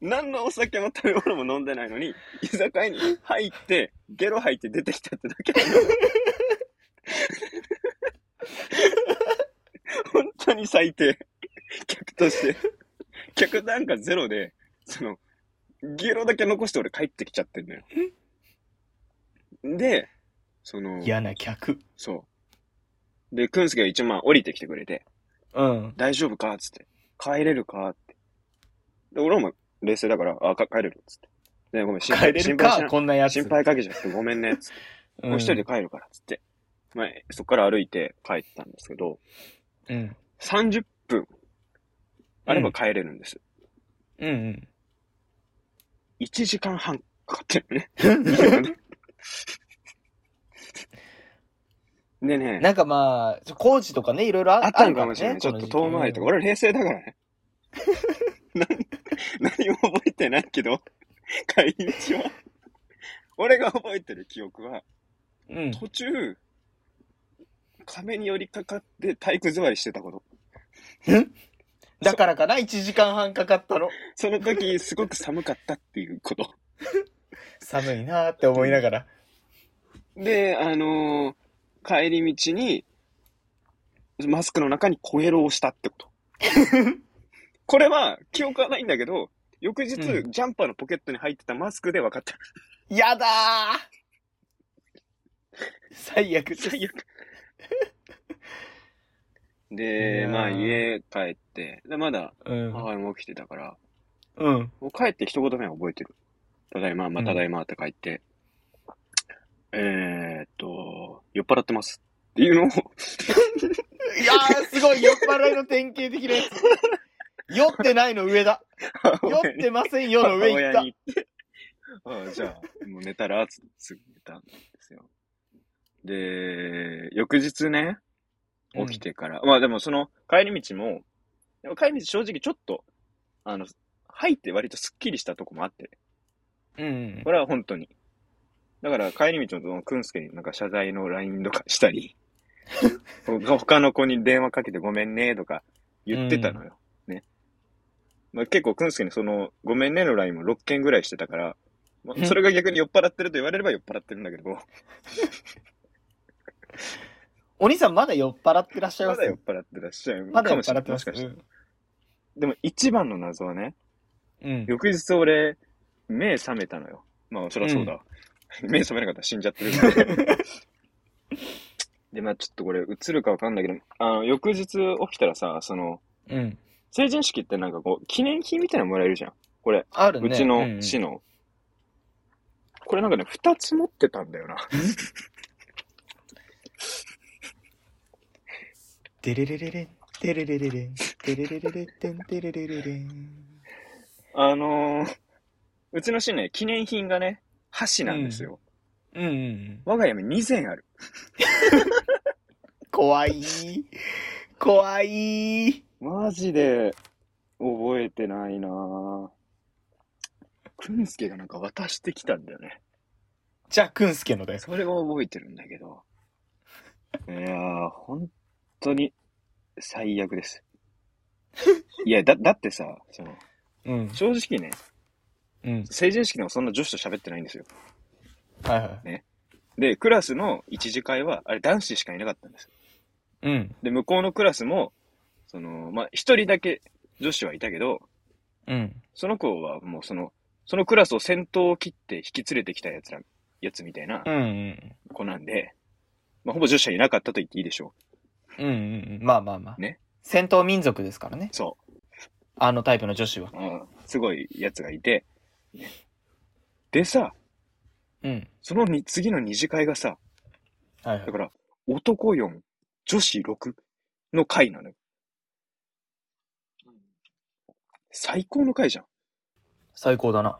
何のお酒も食べ物も飲んでないのに、居酒屋に入って、ゲロ吐いて出てきたってだけなの。本当に最低。客として。客なんかゼロで、その、ゲロだけ残して俺帰ってきちゃってんのよ。で、その、
嫌な客。
そう。で、くんすけが一応まあ降りてきてくれて、
うん。
大丈夫かっつって。帰れるかって。で、俺も冷静だから、あ、か帰れるっつって。で、ごめん、心
帰
配、
れ
心
る
配し
か、
な
こんなやつ。
心配かけちゃってごめんね、つって。
うん。
もう一人で帰るから、つって。まあ、そっから歩いて帰ったんですけど、
うん。
30分あれば帰れるんです。
うんうん。
1時間半かかってるね。いい
<laughs>
よねでね、
なんかまあ、ちょ工事とかね、いろいろあ
あったのかもしれない。ちょっと遠回りとか。。
あるらねこの時期ね
俺冷静だ
<laughs>
からね。な何も覚えてないけど、帰り道は。俺が覚えてる記憶は、
うん。
途中、壁に寄りかかって体育座りしてたこと。
だからかな、1時間半かかったの。
その時、すごく寒かったっていうこと。
寒いなーって思いながら。
で、あのー帰り道に、マスクの中にコエロをしたって
<laughs>
こと。これは、記憶はないんだけど、翌日、
う
ジャンパーのポケットに入ってたマスクで分かった。
やだー最悪です。
最悪。で、まあ
い
家帰って、でまだ
うん
母。親も起きてたから、
うん。
もう帰って一言目は覚えてる。ただいま、まあ、
うん
ただいまって帰って、えーっと、酔っ払ってますっていうのを、
いやー、すごい、酔っ払いの典型的なやつ。酔ってないの上だ。 <laughs> 酔ってませんよの上行った
母親。に言ってああじゃあ、 <laughs> もう寝たら、つってすぐ寝たんですよ。で、翌日ね、
うん
起きてから、まあでもその帰り道も、でも帰り道正直ちょっと、あの、吐いて割とスッキリしたとこもあって、
うん。
これは本当に。だから帰り道のくんすけになんか謝罪の LINE とかした
<laughs>
り、他他の子に電話かけてごめんねとか言ってたのよ。ね。まあ、結構くんすけにそのごめんねの LINE も6件ぐらいしてたから、まあ、それが逆に酔っ払ってると言われれば酔っ払ってるんだけ
<laughs>
ど、
お兄さんまだ酔っ払ってらっしゃいま
ますだ酔っ払ってらっしゃる。
まだ酔っ
かもし
払
れな
っ
い
てま
もし
す
かして。でも一番の謎はね、
うん。
翌日俺、目覚めたのよ。まあ、そりゃそうだ。 <laughs> 目覚めなかったら死んじゃってる <laughs> から。で、まあ、ちょっとこれ、映るかわかんないけど、あの、翌日起きたらさ、その、
うん。
成人式ってなんかこう、記念品みたいなのもらえるじゃん。これ、
あるね。
うちの市の。これなんかね、二つ持ってたんだよな。
デレレレレン、デレレレレン、デレレレレテン、デレレレレン。
あのーうちの市ね、記念品がね、箸なんですよ。
うんうん。
我が家も2膳ある。
怖い。怖い。
マジで覚えてないなぁ。くんすけがなんか渡してきたんだよね。
じゃあ、くんすけのだよ。
それは覚えてるんだけど。いやー、本当に最悪です。いや、だ、だってさ、その、
うん。
正直ね、
うん。
成人式でもそんな女子と喋ってないんですよ。
はいはい。
で、クラスの一次会は、あれ男子しかいなかったんです。
うん。
で、向こうのクラスも、その、まあ、一人だけ女子はいたけど、
うん。
その子はもうその、そのクラスを先頭を切って引き連れてきたやつら、やつみたいな
うんうん。
子なんで、まあ、ほぼ女子はいなかったと言っていいでしょ
うんうん。まあまあまあ。
ね。
戦闘民族ですからね
う。。そ
あのタイプの女子は。
う。うん。すごいやつがいて。ねでさ、
うん。
そのに次の二次会がさ、
はいは
だ
い。
から、男4、女子6の会なのよ。最高の会じゃん。
最高だな。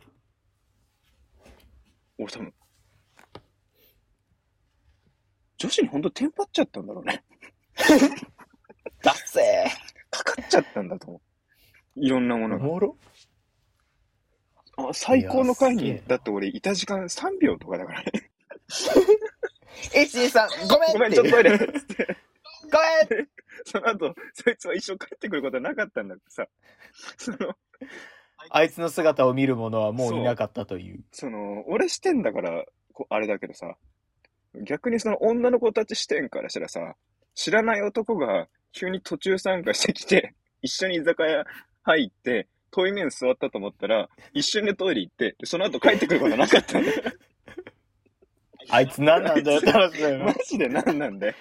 俺多分。女子にほんとテンパっちゃったんだろうね。
だっせ
かかっちゃったんだと思う。いろんなも
ー。
の
お
が。
もろ。
あ最高の会
いや
に
すげえ、な
だって俺いた時間3秒とかだからね。
<laughs> h 2さん、ごめん
ごめん、
って
ちょっとトイレ。 <laughs>
ごめん
その後、そいつは一生帰ってくることはなかったんだってさ。その、
あいつの姿を見る者はもういなかったという。
その、俺視点だから、こうあれだけどさ、逆にその女の子たち視点からしたらさ、知らない男が急に途中参加してきて、 <laughs> 一緒に居酒屋入って、遠い面座ったと思ったら、一瞬でトイレ行って、その後帰ってくることはなかったんだよ。
あいつ何なんだよって話だよ
<laughs> マ
な。
ジで <coughs> 何なんだよ。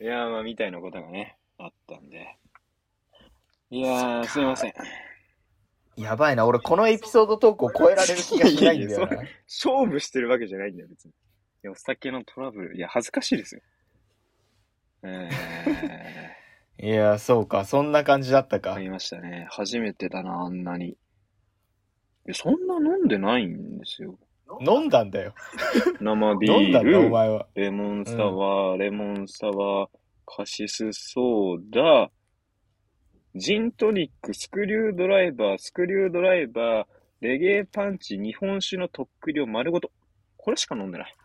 いやー、まあ、みたいなことがね、あったんで。いやー、すいません。
<laughs> やばいな、俺このエピソードトークを超えられる気がしないんだよ
いやいや
な。
勝負してるわけじゃないんだよ、別に。いや、お酒のトラブル。いや、恥ずかしいですよ。え
いや、そうか、そんな感じだった
ー、
か <laughs>
あ。りましたね。初めてだな、あんなに。やそんな飲んでないんですよ。
飲んだんだよ。
生ビ
飲んだんだ、お
ール、
前は。
レモンサワー、レモンサワー、カシスソーダ、ジントニック、スクリュードライバー、スクリュードライバー、レゲエパンチ、日本酒のとっくりを丸ごと。これしか飲んでない。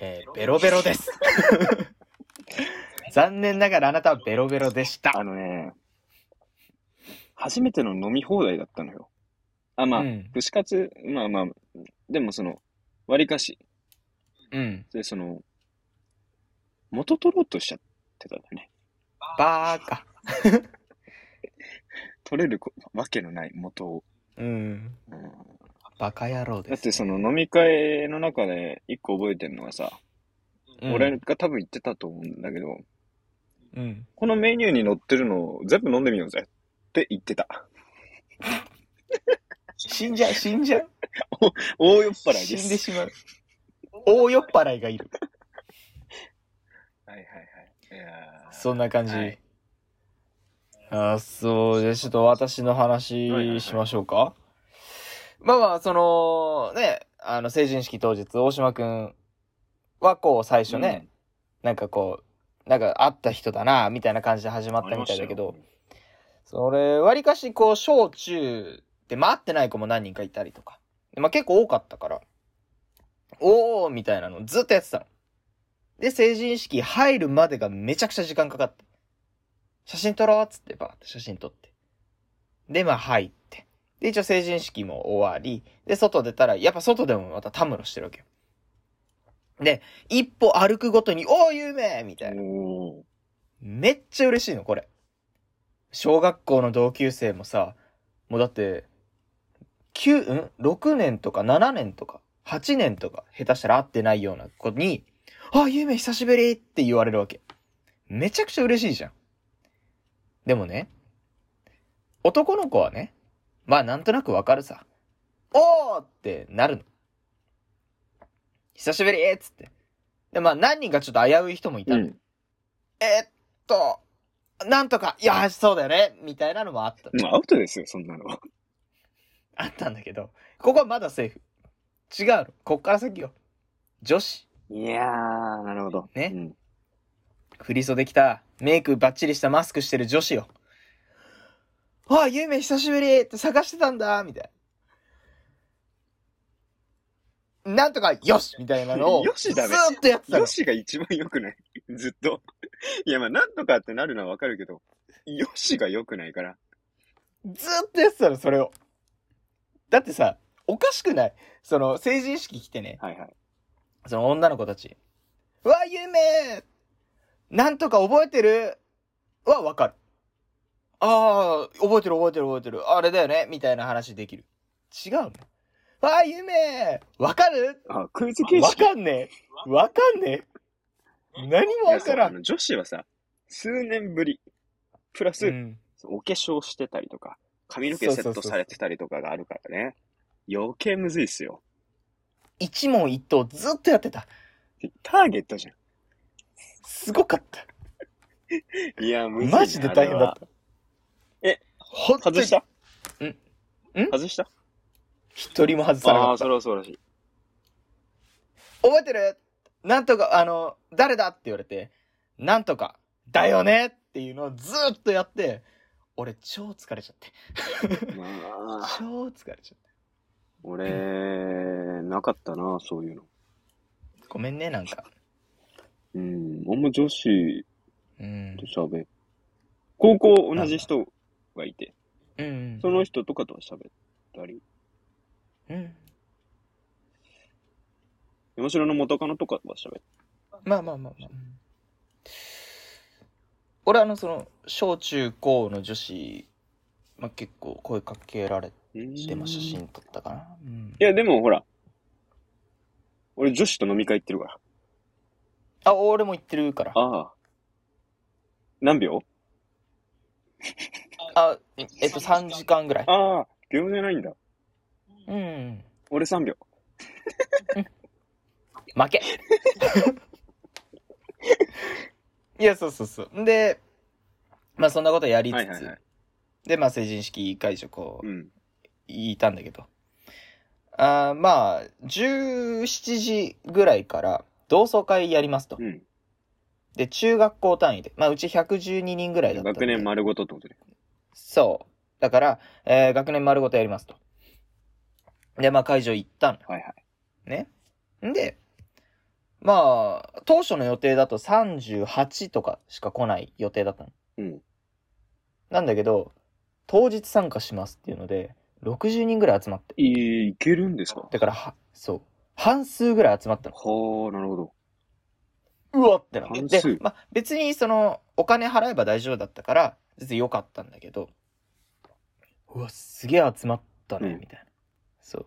えーベロベロです。 <laughs> 残念ながらあなたはベロベロでした。
あのね、初めての飲み放題だったのよ。あ、まあ、
うん。
串カツ、まあまあ、でもその、割りかし、
うん。
で、その、元取ろうとしちゃってたんだね。
バーカ。
取れるこわけのない元を。
うん。
うん
バカ野郎
だ
で
っ
す。
てその飲み会の中で一個覚えてるのはさ、
うん
俺が多分言ってたと思うんだけど、
うん。
このメニューに載ってるのを全部飲んでみようぜって言ってた。
死んじゃう、死んじゃう。
大酔っ払い
死
で。
んですしまう。大酔っ払いがいる。
はいはいはい。いやー
そんな感じ。
はい
あ、そう。じゃあちょっと私の
はいはいは
話
い
しましょうか。まあまあ、その、ね、あの、成人式当日、大島くんはこう、最初ね、なんかこう、なんか会った人だな、みたいな感じで始ま
うん
ったみたいだけど、。それ、割かしこう、小中で、まあ会ってない子も何人かいたりとか。でまあ結構多かったから、おーみたいなのずっとやってたの。で、成人式入るまでがめちゃくちゃ時間かかって。写真撮ろうっつってばーって写真撮って。で、まあ入って。で、一応成人式も終わり。で、外出たら、やっぱ外でもまたたむろしてるわけよ。で、一歩歩くごとに、おー、有名みたいな。
おー
めっちゃ嬉しいの、これ。小学校の同級生もさ、もうだって、9、ん ?6 年とか7年とか8年とか下手したら会ってないような子に、あ、ゆめ久しぶりって言われるわけ。めちゃくちゃ嬉しいじゃん。でもね、男の子はね、まあなんとなくわかるさ。おーってなるの。久しぶりっつって。で、まあ何人かちょっと危うい人もいた
う
の
ん。
えーっと、なんとか、いや、そうだよね、みたいなのもあった。
もうアウトですよ、そんなのは。
あったんだけど、ここはまだセーフ。違うの。こっから先よ。女子、
いやー、なるほど。
ね
うん
振り袖着た、メイクバッチリしたマスクしてる女子よ。ああ、ゆめ久しぶりって探してたんだ、みたいな。なんとか、よしみたいなのを、
<laughs> よ
ず
し
ー
だ
っ
ね
とやってたの
よ。しが一番良くないずっと。いや、まあ、なんとかってなるのはわかるけど、よしが良くないから。
ずーっとやってたの、それを。だってさ、おかしくないその、成人式来てね、
はいはい。
その女の子たち。うわ、ゆめなんとか覚えてるはわかる。ああ、覚えてる覚えてる覚えてる。あれだよねみたいな話できる。違うの。わあ、ゆめわかる
あ、クイズ形式。
わかんねえ。わかんねえ。何も
いや
わから。
そうんあの女子はさ、数年ぶり、プラス、
うん、
お化粧してたりとか、髪の毛セ
そうそ
ッ
うそ
ト
うそう
されてたりとかがあるからね。余計むずいっすよ。
一問一答ずっとやってた。
ターゲットじゃ
すごかった。
ん。いや、むずいな。
マジで大変だった。
え、
ほん
あ
と
れは。外
に
した
んん
外した
一人も外さな
あ
か
あー、
った
そ。れはそうらしい。
覚えてるなんとか、あの、誰だって言われて、なんとか、だよねっていうのをずーっとやって、俺超疲れちゃって。
まあ、
超疲れちゃって。
俺、なかったな、そういうの。
ごめんね、なんか。
うん、あんま女子
うん
と。喋高校同じ人がいて、
うん。
その人とかとは喋ったり、
うん。
山城の元カノとかとは喋ったり
まあまあまあまあ。俺あの、その、小中高の女子、まあ結構声かけられて、まあ写真撮ったかな。うん
い。や、でもほら、俺女子と飲み会行ってるから。
あ、俺も行ってるから。
ああ。何秒
あ、えっと、3時間ぐらい。
ああ、秒じゃないんだ。
うん。
俺3秒。
負けいやそうそうそうんでまあそんなことやりつつ、
はいはいはい。
でまあ成人式会場こう、
うん。
いたんだけど。あーまあ、17時ぐらいから同窓会やりますと
う。ん。
で、中学校単位で。まあ、うち112人ぐらいだったんで。
学年丸ごとってことね。
そう。だから、えー学年丸ごとやりますと。で、まあ、会場行ったの。
はいはい。
ね。んで、まあ、当初の予定だと38とかしか来ない予定だったの。
うん。
なんだけど、当日参加しますっていうので、60人ぐらい集まって。
いいけるんですかは
だから、は、そう。半数ぐらい集まったの。
あ、なるほど。
うわってなって。
半
で
数、
まあ、別にその、お金払えば大丈夫だったから、別に良かったんだけど、うわ、すげえ集まったね、
うん
みたいな。そう。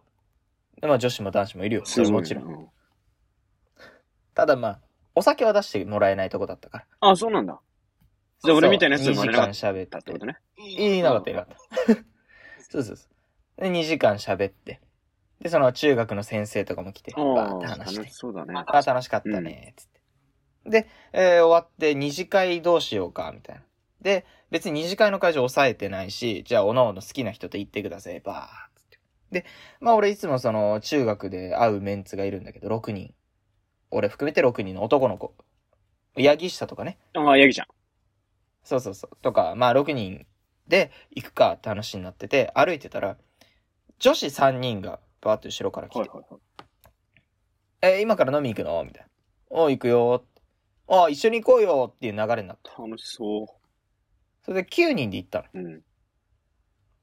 でまあ、女子も男子もいるよ。そ
す
れ
ごい
も
ね
ちろん。
うん。
ただまあ、お酒は出してもらえないとこだったから。
あ、そうなんだ。じゃあ俺みたいなやつ
そう
生
2
まれ
時
なか
間
っ
喋った
って
て
こ。とね。
いいなかった、いなか
<laughs>
った。そうそうそう。で、2時間喋って。で、その中学の先生とかも来て、バーって
ああ、
話して
楽し。そうだね。
あ、楽しかったね、つって。で、えー終わって二次会どうしようか、みたいな。で、別に二次会の会場抑えてないし、じゃあ、おのおの好きな人と行ってください、ばーっつって。で、まあ俺いつもその、中学で会うメンツがいるんだけど、6人。俺含めて6人の男の子。八木下とかね。
ああ、ヤギちゃん。
そうそうそう。とか、まあ6人で行くかって話になってて、歩いてたら、女子3人がバーっと後ろから来て、
はいはいはい。
えー今から飲み行くのみたいな。おう行くよー。あ一緒に行こうよっていう流れになった。
楽しそ
それで9人で行ったの。
う。うん。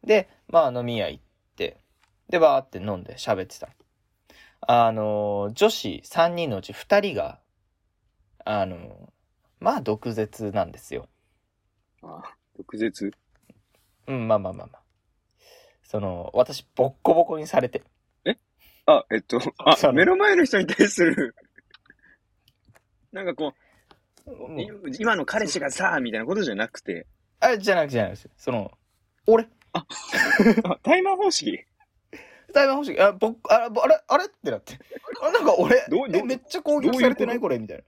で、まあ飲み屋行って、で、バーって飲んで喋ってたの。あのー女子3人のうち2人が、あのーまあ毒舌なんですよ。
ああ、毒舌。
うん、まあまあまあまあ。その、私、ボッコボコにされて。
あ、えっと、あ
そ、うね
目の前の人に対する、なんかこう、い今の彼氏がさ、みたいなことじゃなくて、
あれじゃなくじゃなくて、その、俺、
あ、タイマー方式
台湾欲しい。あ、ぼっあぼあれ、あれってなって。 <laughs> あ、なんか俺、
どうどう
えめっちゃ攻撃されてないこれみたいな。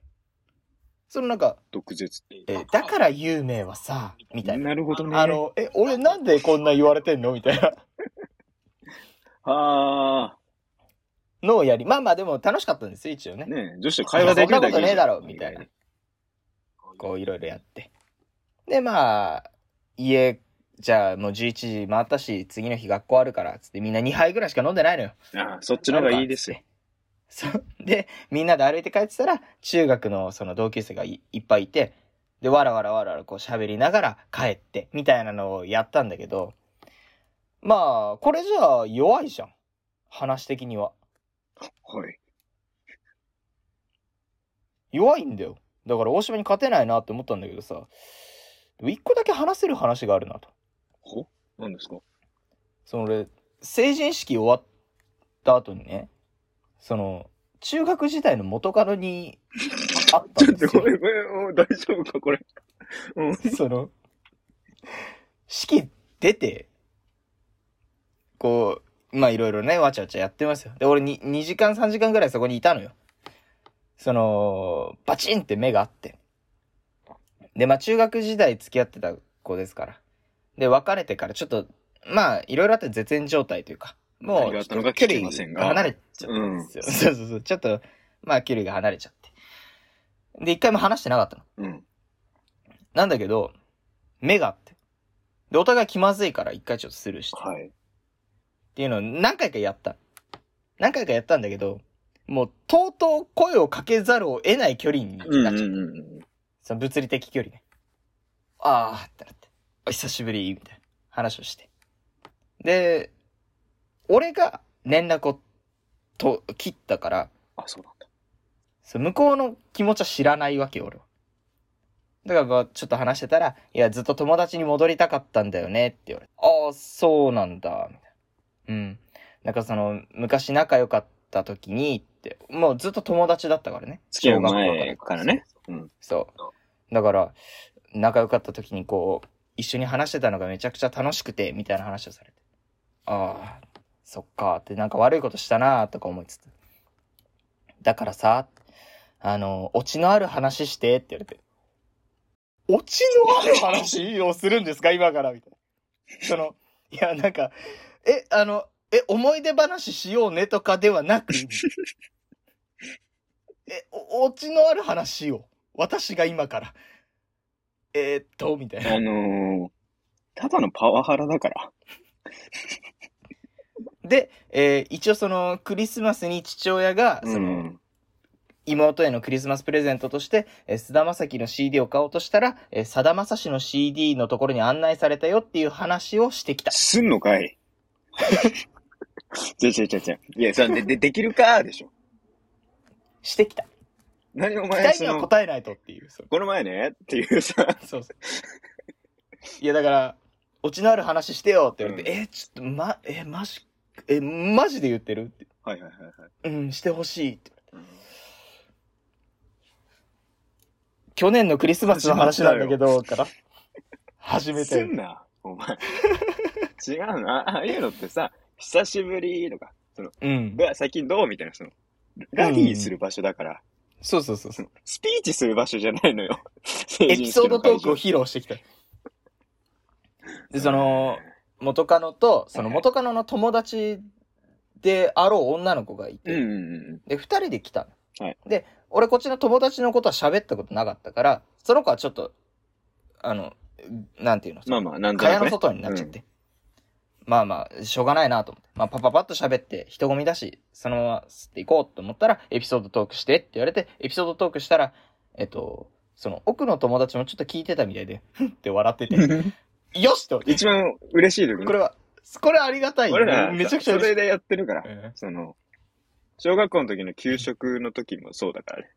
そのなんか、
毒舌って。
えだから有名はさ、みたいな。
なるほどね。
あの、え、俺なんでこんな言われてんのみたいな
あ
のをやり。まあまあでも楽しかったんですよ、一応
あ、
ね。
ねえ女子と会話できるだけいいじ
そんなこと
ゃ
ねえだろみたいな。こういろいろやって。で、まあ、家、じゃあもう11時回ったし、次の日学校あるから、つってみんな2杯ぐらいしか飲んでないのよ。
ああ、そっちの方がいいですよ。
そう。 <laughs> で、みんなで歩いて帰ってたら、中学のその同級生がいいっぱいいて、で、わらわらわらわらこう喋りながら帰って、みたいなのをやったんだけど、まあ、これじゃあ弱いじゃん。話的には。
はい。
弱いんだよ。だから大島に勝てないなって思ったんだけどさ、でも一個だけ話せる話があるなと。
ほ何ですか
その俺、成人式終わった後にね、その、中学時代の元カノに会った
<laughs> ちょ
ん
っ
です
と
よ。
ごめん、ごめん、お大丈夫か、これ。う
<laughs>
ん。
その、式出て、こう、まあいろいろね、わちゃわちゃやってますよ。で、俺に2時間3時間ぐらいそこにいたのよ。その、バチンって目があって。で、まあ中学時代付き合ってた子ですから。で、別れてからちょっと、まあいろいろあって絶縁状態というか、も
何があ
う
っ
ち
た
ょ
の
っ
か
と距
聞け
離
ま
が
せんが
離れちゃったんですよ。そうそうそう、ちょっと、まあ距離が離れちゃって。で、一回も話してなかったの。
うん。
なんだけど、目があって。で、お互い気まずいから一回ちょっとスルーして。っ
はい。
ていうのを何回かやった。何回かやったんだけど、もう、とうとう声をかけざるを得ない距離になっちゃっ
うん
た。
うんうんうん。
その物理的距離ね。あーってなって。お久しぶり、みたいな話をして。で、俺が連絡をと切ったから、
あ、そうなんだ。
そう向こうの気持ちは知らないわけよ、俺は。だからこう、ちょっと話してたら、いや、ずっと友達に戻りたかったんだよね、って言われて。ああ、そうなんだ、みたいな。うん。なんかその、昔仲良かった時に、って、もうずっと友達だったからね。
付き合う
小学校
前からね。。うん。
そう。だから、仲良かった時にこう、一緒に話してたのがめちゃくちゃ楽しくて、みたいな話をされて。ああ、そっか、ってなんか悪いことしたなーとか思いつつ。だからさ、あの、オチのある話してって言われて。オチのある話をするんですか今からみたいな。その、いや、なんか、え、あの、え、思い出話しようねとかでは <laughs> なく、え、お、オチのある話を。私が今から。えー、っと、みたいな。
あのー、ただのパワハラだから。
で、えー一応その、クリスマスに父親が、その、
うん
妹へのクリスマスプレゼントとして、えー、菅田将暉の CD を買おうとしたら、えー、さだまさしの CD のところに案内されたよっていう話をしてきた。
すんのかい <laughs> 違う違う違う違う。いや、それででできるかでしょ。
してきた。
何お
期
前
待
そ
には
の、
答えないとっていう。そう
この前ねっていうさ、
そうそう。いや、だから、オチのある話してよって言われて、えーちょっと、ま、えーマジ、えーマジで言ってるって。
はいはいはいはい。
うん、してほしいって。
うん
去年のクリスマスの話なんだけど、から。初め
す
て
ん。な、お前。違うな。ああいうのってさ、久しぶりとか、その、
うん。
が最近どうみたいな、その、ラリーする場所だから、
そうそうそうそう。
スピーチする場所じゃないのよ。成
エ
人
ピ
式
ソ
の
ードトークを
会
披露してきた。で、
場
その、、元カノと、その元カノの友達であろう女の子がい
うん
て、
うんうん
で、二人で来たの。
はい
で、俺こっちの友達のことは喋ったことなかったから、その子はちょっと、あの、なんていうの、
うん。まあまあ、なんと
蚊
な
帳
く、
の外
ね。
になっちゃって。まあまあ、しょうがないなと思って。まあ、パパパッと喋って、人混みだし、そのまま吸っていこうと思ったら、エピソードトークしてって言われて、エピソードトークしたら、えっと、その奥の友達もちょっと聞いてたみたいで、ふんって笑っ
<laughs>
てて、よしと、
一番嬉しい時に
これは、これはありがたいよ
俺ら、
めちゃくちゃ嬉
そ
し
れ
い。
でやってるから、
うん
その、小学校の時の給食の時もそうだからね。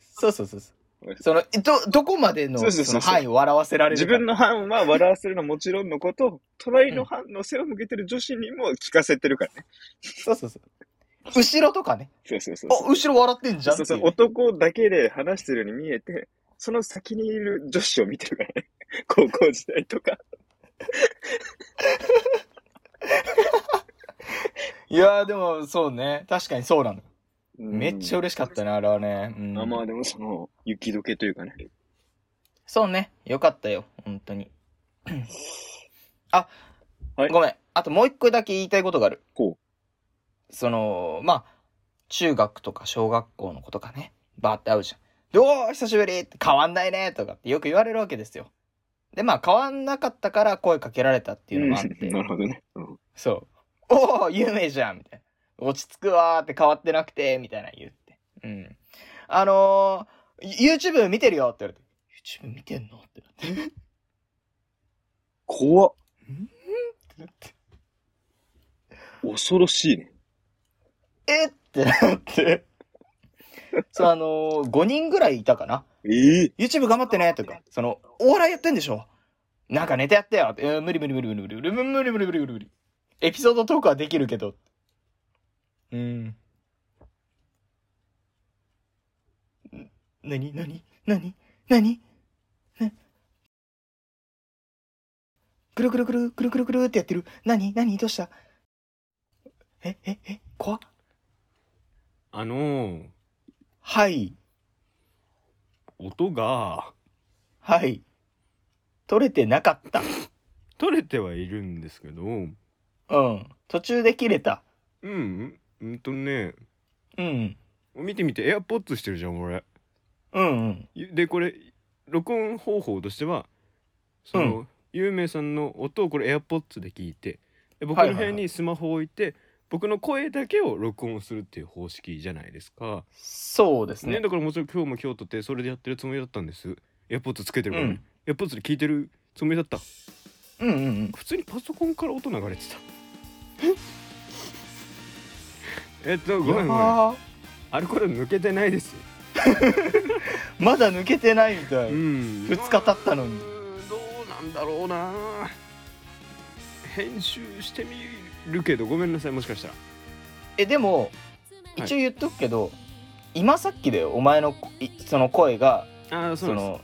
そうそうそうそう。その、ど、どこまでの
そうそうそう
その範囲を笑わせられる
自
か。
分の班は笑わせるのはもちろんのこと、隣の班の背を向けてる女子にも聞かせてるからね。
そうそうそう。後ろとかね。
<laughs> そうそうそう
あ、
そう。
後ろ笑ってんじゃんっ
そ
ていう
そう男だけで話してるように見えて、その先にいる女子を見てるからね。 <laughs> 高校時代とか。
いやーでも、そうね。確かにそうなの。めっちゃ
ゃ、
嬉しかったね、あれはね。うん
まあまあでもその、雪解けというかね。
そうね。よかったよ。本当に。 <clears throat> あ、
はい
ごめん。あともう一個だけ言いたいことがある。
ほ
その、まあ、中学とか小学校の子とかね、バーって会うじゃん。で、おー、久しぶりって変わんないねとかってよく言われるわけですよ。で、まあ、変わんなかったから声かけられたっていうのもあっ
う
て
ん。 <laughs> なるほどね。うん
そう。おお有名じゃんみたいな。落ち着くわーって変わってなくて、みたいな言って。うん。あのー、YouTube 見てるよって言われて。YouTube 見てんのってなって。
怖っ。
なって
恐ろしいね。
えってなって。そう、あのー、5人ぐらいいたかな。
ええ
YouTube 頑張ってねとか、その、お笑いやってんでしょなんかネタやってよって、えー無理無理無理無理無理無理無理無理無理無理無理。エピソードトークはできるけど。うん。んなになになになになくるくるくるくるくるくるってやってる。なになにどうしたえ、え、え、怖っ
あのー、
はい、
音が
はい。取れてなかった。
取れてはいるんですけど、うん、
うん。途中で切れた。
うんうんとね、
うん。
見てみて、エアポッツしてるじゃん、俺。
うんうん。
で、これ、録音方法としては、その、有名さんの音をこれエアポッツで聞いて、で僕
はい
の
はい
部
はい
屋にスマホを置いて、僕の声だけを録音するっていう方式じゃないですか。
そうです
ね、
ね。
だからもちろん今日も今日とって、それでやってるつもりだったんです。エアポッツつけてるから、ね
うん
エアポッツで聞いてるつもりだった。
うんうんうん。
普通にパソコンから音流れてたえっとごめんごめん
あ
アルコール抜けてないです
ーまだ抜けてないみたい。
ん
二日経ったのに
うーんどうなんだろうな編集してみるけどごめんなさいもしかしたら
え、でも、
い
一応言っとくけど、今さっきだよ、お前のこ、いその声が、
あーそう
そ
なんで
の、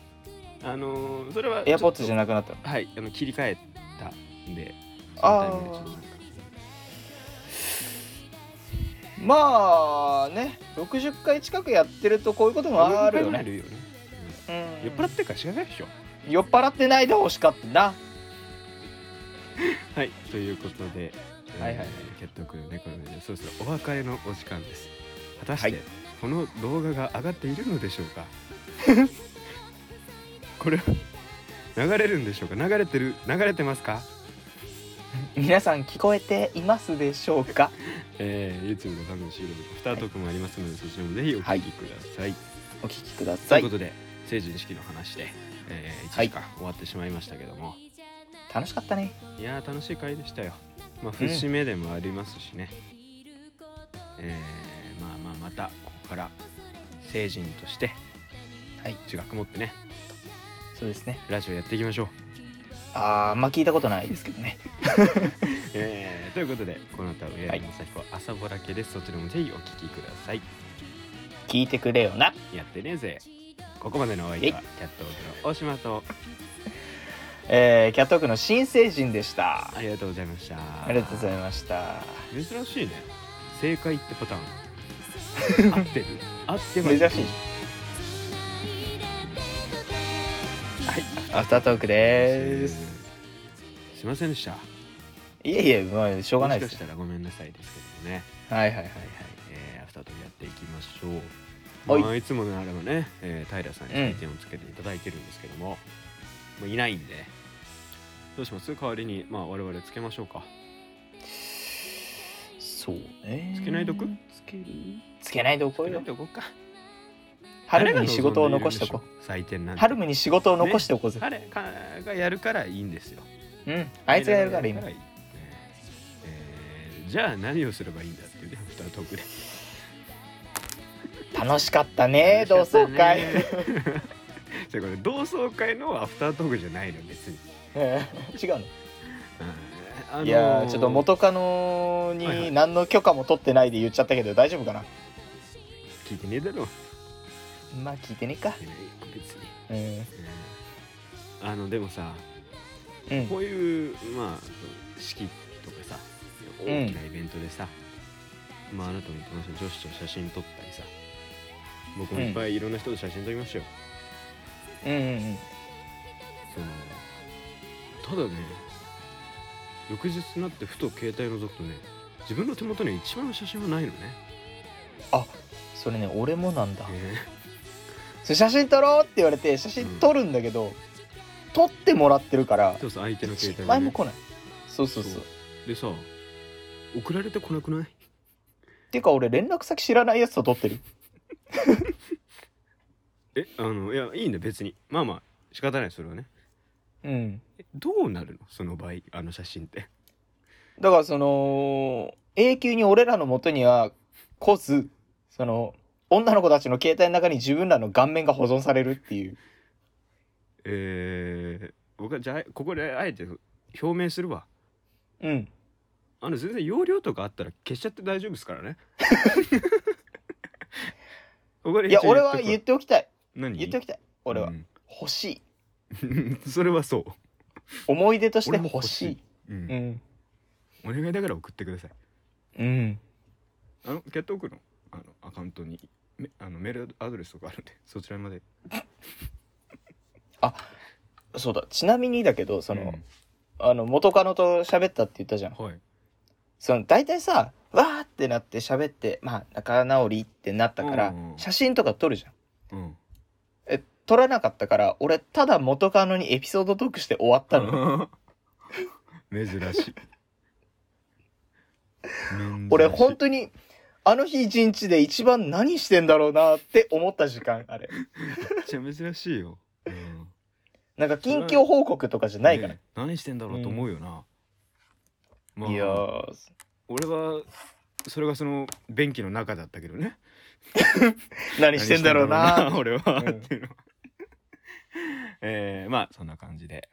すあのーそれは
エアポッツじゃ
ない
なくなったの。
はいあの切り替えたんで
あー
そのタイミングでちょっとなんか
まあね、60回近くやってるとこういうこともあるよ
あ
ね。
るよね
うん
うん酔っ払ってるから仕方ないでしょ
酔っ払ってないでほしかったな。
はいということで
はいはいはい
えーキャットオークの猫の上でそろそろお別れのお時間です果たして、
はい
この動画が上がっているのでしょう <laughs> かこれは流れるんでしょうか流れてる流れてますか
皆さん聞こえていますでしょうか
えー、YouTube の画面終了アフタートークもありますので、そちらもぜひお聞きください、
お聞きくだ
と
さ
いう
い
ことで成人式の話で、えー、1
はい
時間終わってしまいましたけども、
楽しかったね
い、やー楽しい回でしたよまあ節目でもありますしね、えーまあまあまたここから成人として
はい
自学持ってね
そうですね
ラジオやっていきましょう、
あーあんま聞いたことないですけどね
えーということでこの後は上
は
原
い
正彦朝ぼらけですそちらもぜひお聞きください
聞いてくれよな
やってねえぜここまでのお相手はキャットオークの大島と
えー、キャットオークの新成人でした
ありがとうございました
ありがとうございました
珍しいね正解ってパ
<laughs>
ターン合ってる合ってます
珍しいはいアフタートークでーす
すいませんでした
いえいえまあしょうがないで
もし
す
かしたらごめんなさいですけどもね
はいはいはい
はいはい、えー、アフタートークやっていきましょう
はい
まあ、いつもならばね、えー、平さんに採点をつけていただいてるんですけども、もういないんでどうします代わりに、まあ、我々つけましょうか
そうね
つけないとく
つけるつけないとこ
つけな
よ
いとこうか
ハルムに仕事を残しておこ
う採点なん
う
て
ハルムに仕事を残しておこうぜ、
彼かがやるからいいんですよ
うんあいつがやるから今
えーじゃあ何をすればいいんだっていうねアフタートークで
楽しかったね同窓
<laughs>
会
それこれ同窓会のアフタートークじゃないの別に、
違うの
あのー
いやーちょっと元カノ
はいはい
に何の許可も取ってないで言っちゃったけど大丈夫かな
聞いてねえだろ
まあ聞いてねえか
別に、
うん
うんあのでもさ
うん
こういうまあ式とかさ大きなイベントでさ、まああなたも言ってました女子と写真撮ったりさ僕もいっぱいいろんな人と写真撮りましたよ、
うんうん
そのただね翌日になってふと携帯覗くとね自分の手元に一番の写真はないのね
それね俺もなんだ
ね
それ写真撮ろうって言われて写真撮るんだけど、撮ってもらってるから
そうそう相手の携
一
帯
枚
ね
も来ないそうそうそう
そうでさ送られてこなくない
ていうか俺連絡先知らないやつと撮ってる
えあのいやいいんだ別にまあまあ仕方ないそれはね
うん
えどうなるのその場合あの写真って
だからその永久に俺らの元には来ずその女の子たちの携帯の中に自分らの顔面が保存されるっていう
えー、僕はじゃあここであえて表明するわ
うん
あの全然容量とかあったら消しちゃって大丈夫で
<laughs>
すからねここで
い
一
や
応
俺は
言
言
っ
っておきたい
何
言っておきたい俺は、
うん
欲しい
<laughs> それはそう、
思い出として
俺も
欲しい
うん
うん
お願いだから送ってください
うん
あのキャットオークのあのアカウントにめあのメールアドレスとかあるんで <laughs> そちらまで
そうだちなみにだけどその、
うん
あの元カノと喋ったって言ったじゃん
はい
その大体さわーってなって喋ってまあ仲直りってなったから
うんうん
写真とか撮るじゃん
うん
撮らなかったから俺ただ元カノにエピソードトークして終わったの
<laughs> 珍しい
<laughs> 俺
珍しい
本当にあの日一日で一番何してんだろうなって思った時間あれ
めっちゃ珍しいよ、うん
なんか近況報告とかじゃないから、
ねえ何してんだろうと思うよな、まあ
いやー
俺はそれがその便器の中だったけどね
何してんだろうな
何してんだろうな俺は、
うん
っていうの <laughs> はえー、まあそんな感じで、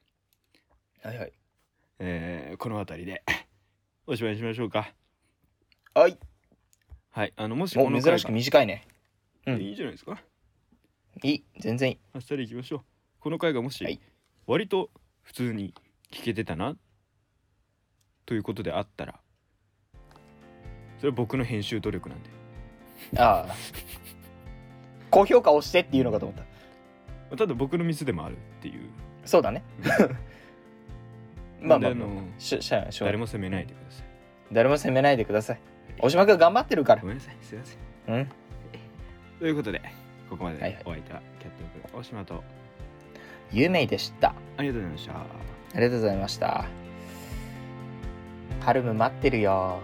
はいはい
えー、この辺りでおしまいにしましょうか
はい
はいあのもしこ
お
の
珍
回
し
が
く短いねうん
いいじゃないですか
いい全然いい
あっさりいきましょうこの回がもし、
はい
割と普通に聞けてたなということであったらそれは僕の編集努力なんで
ああ高評価押してっていうのかと思った
ただ僕のミスでもあるっていう
そうだねまあまあ
なんであの
しょしゃしょうが
誰
ない
も責めないでください
誰も責めないでください大島君頑張ってるから
ごめんなさい、すいません。
うん
ということで、ここまで
はいはい
お相手はキャットオーク大島と、
有名でした
ありがとうございました。
ありがとうございましたハルム待ってるよ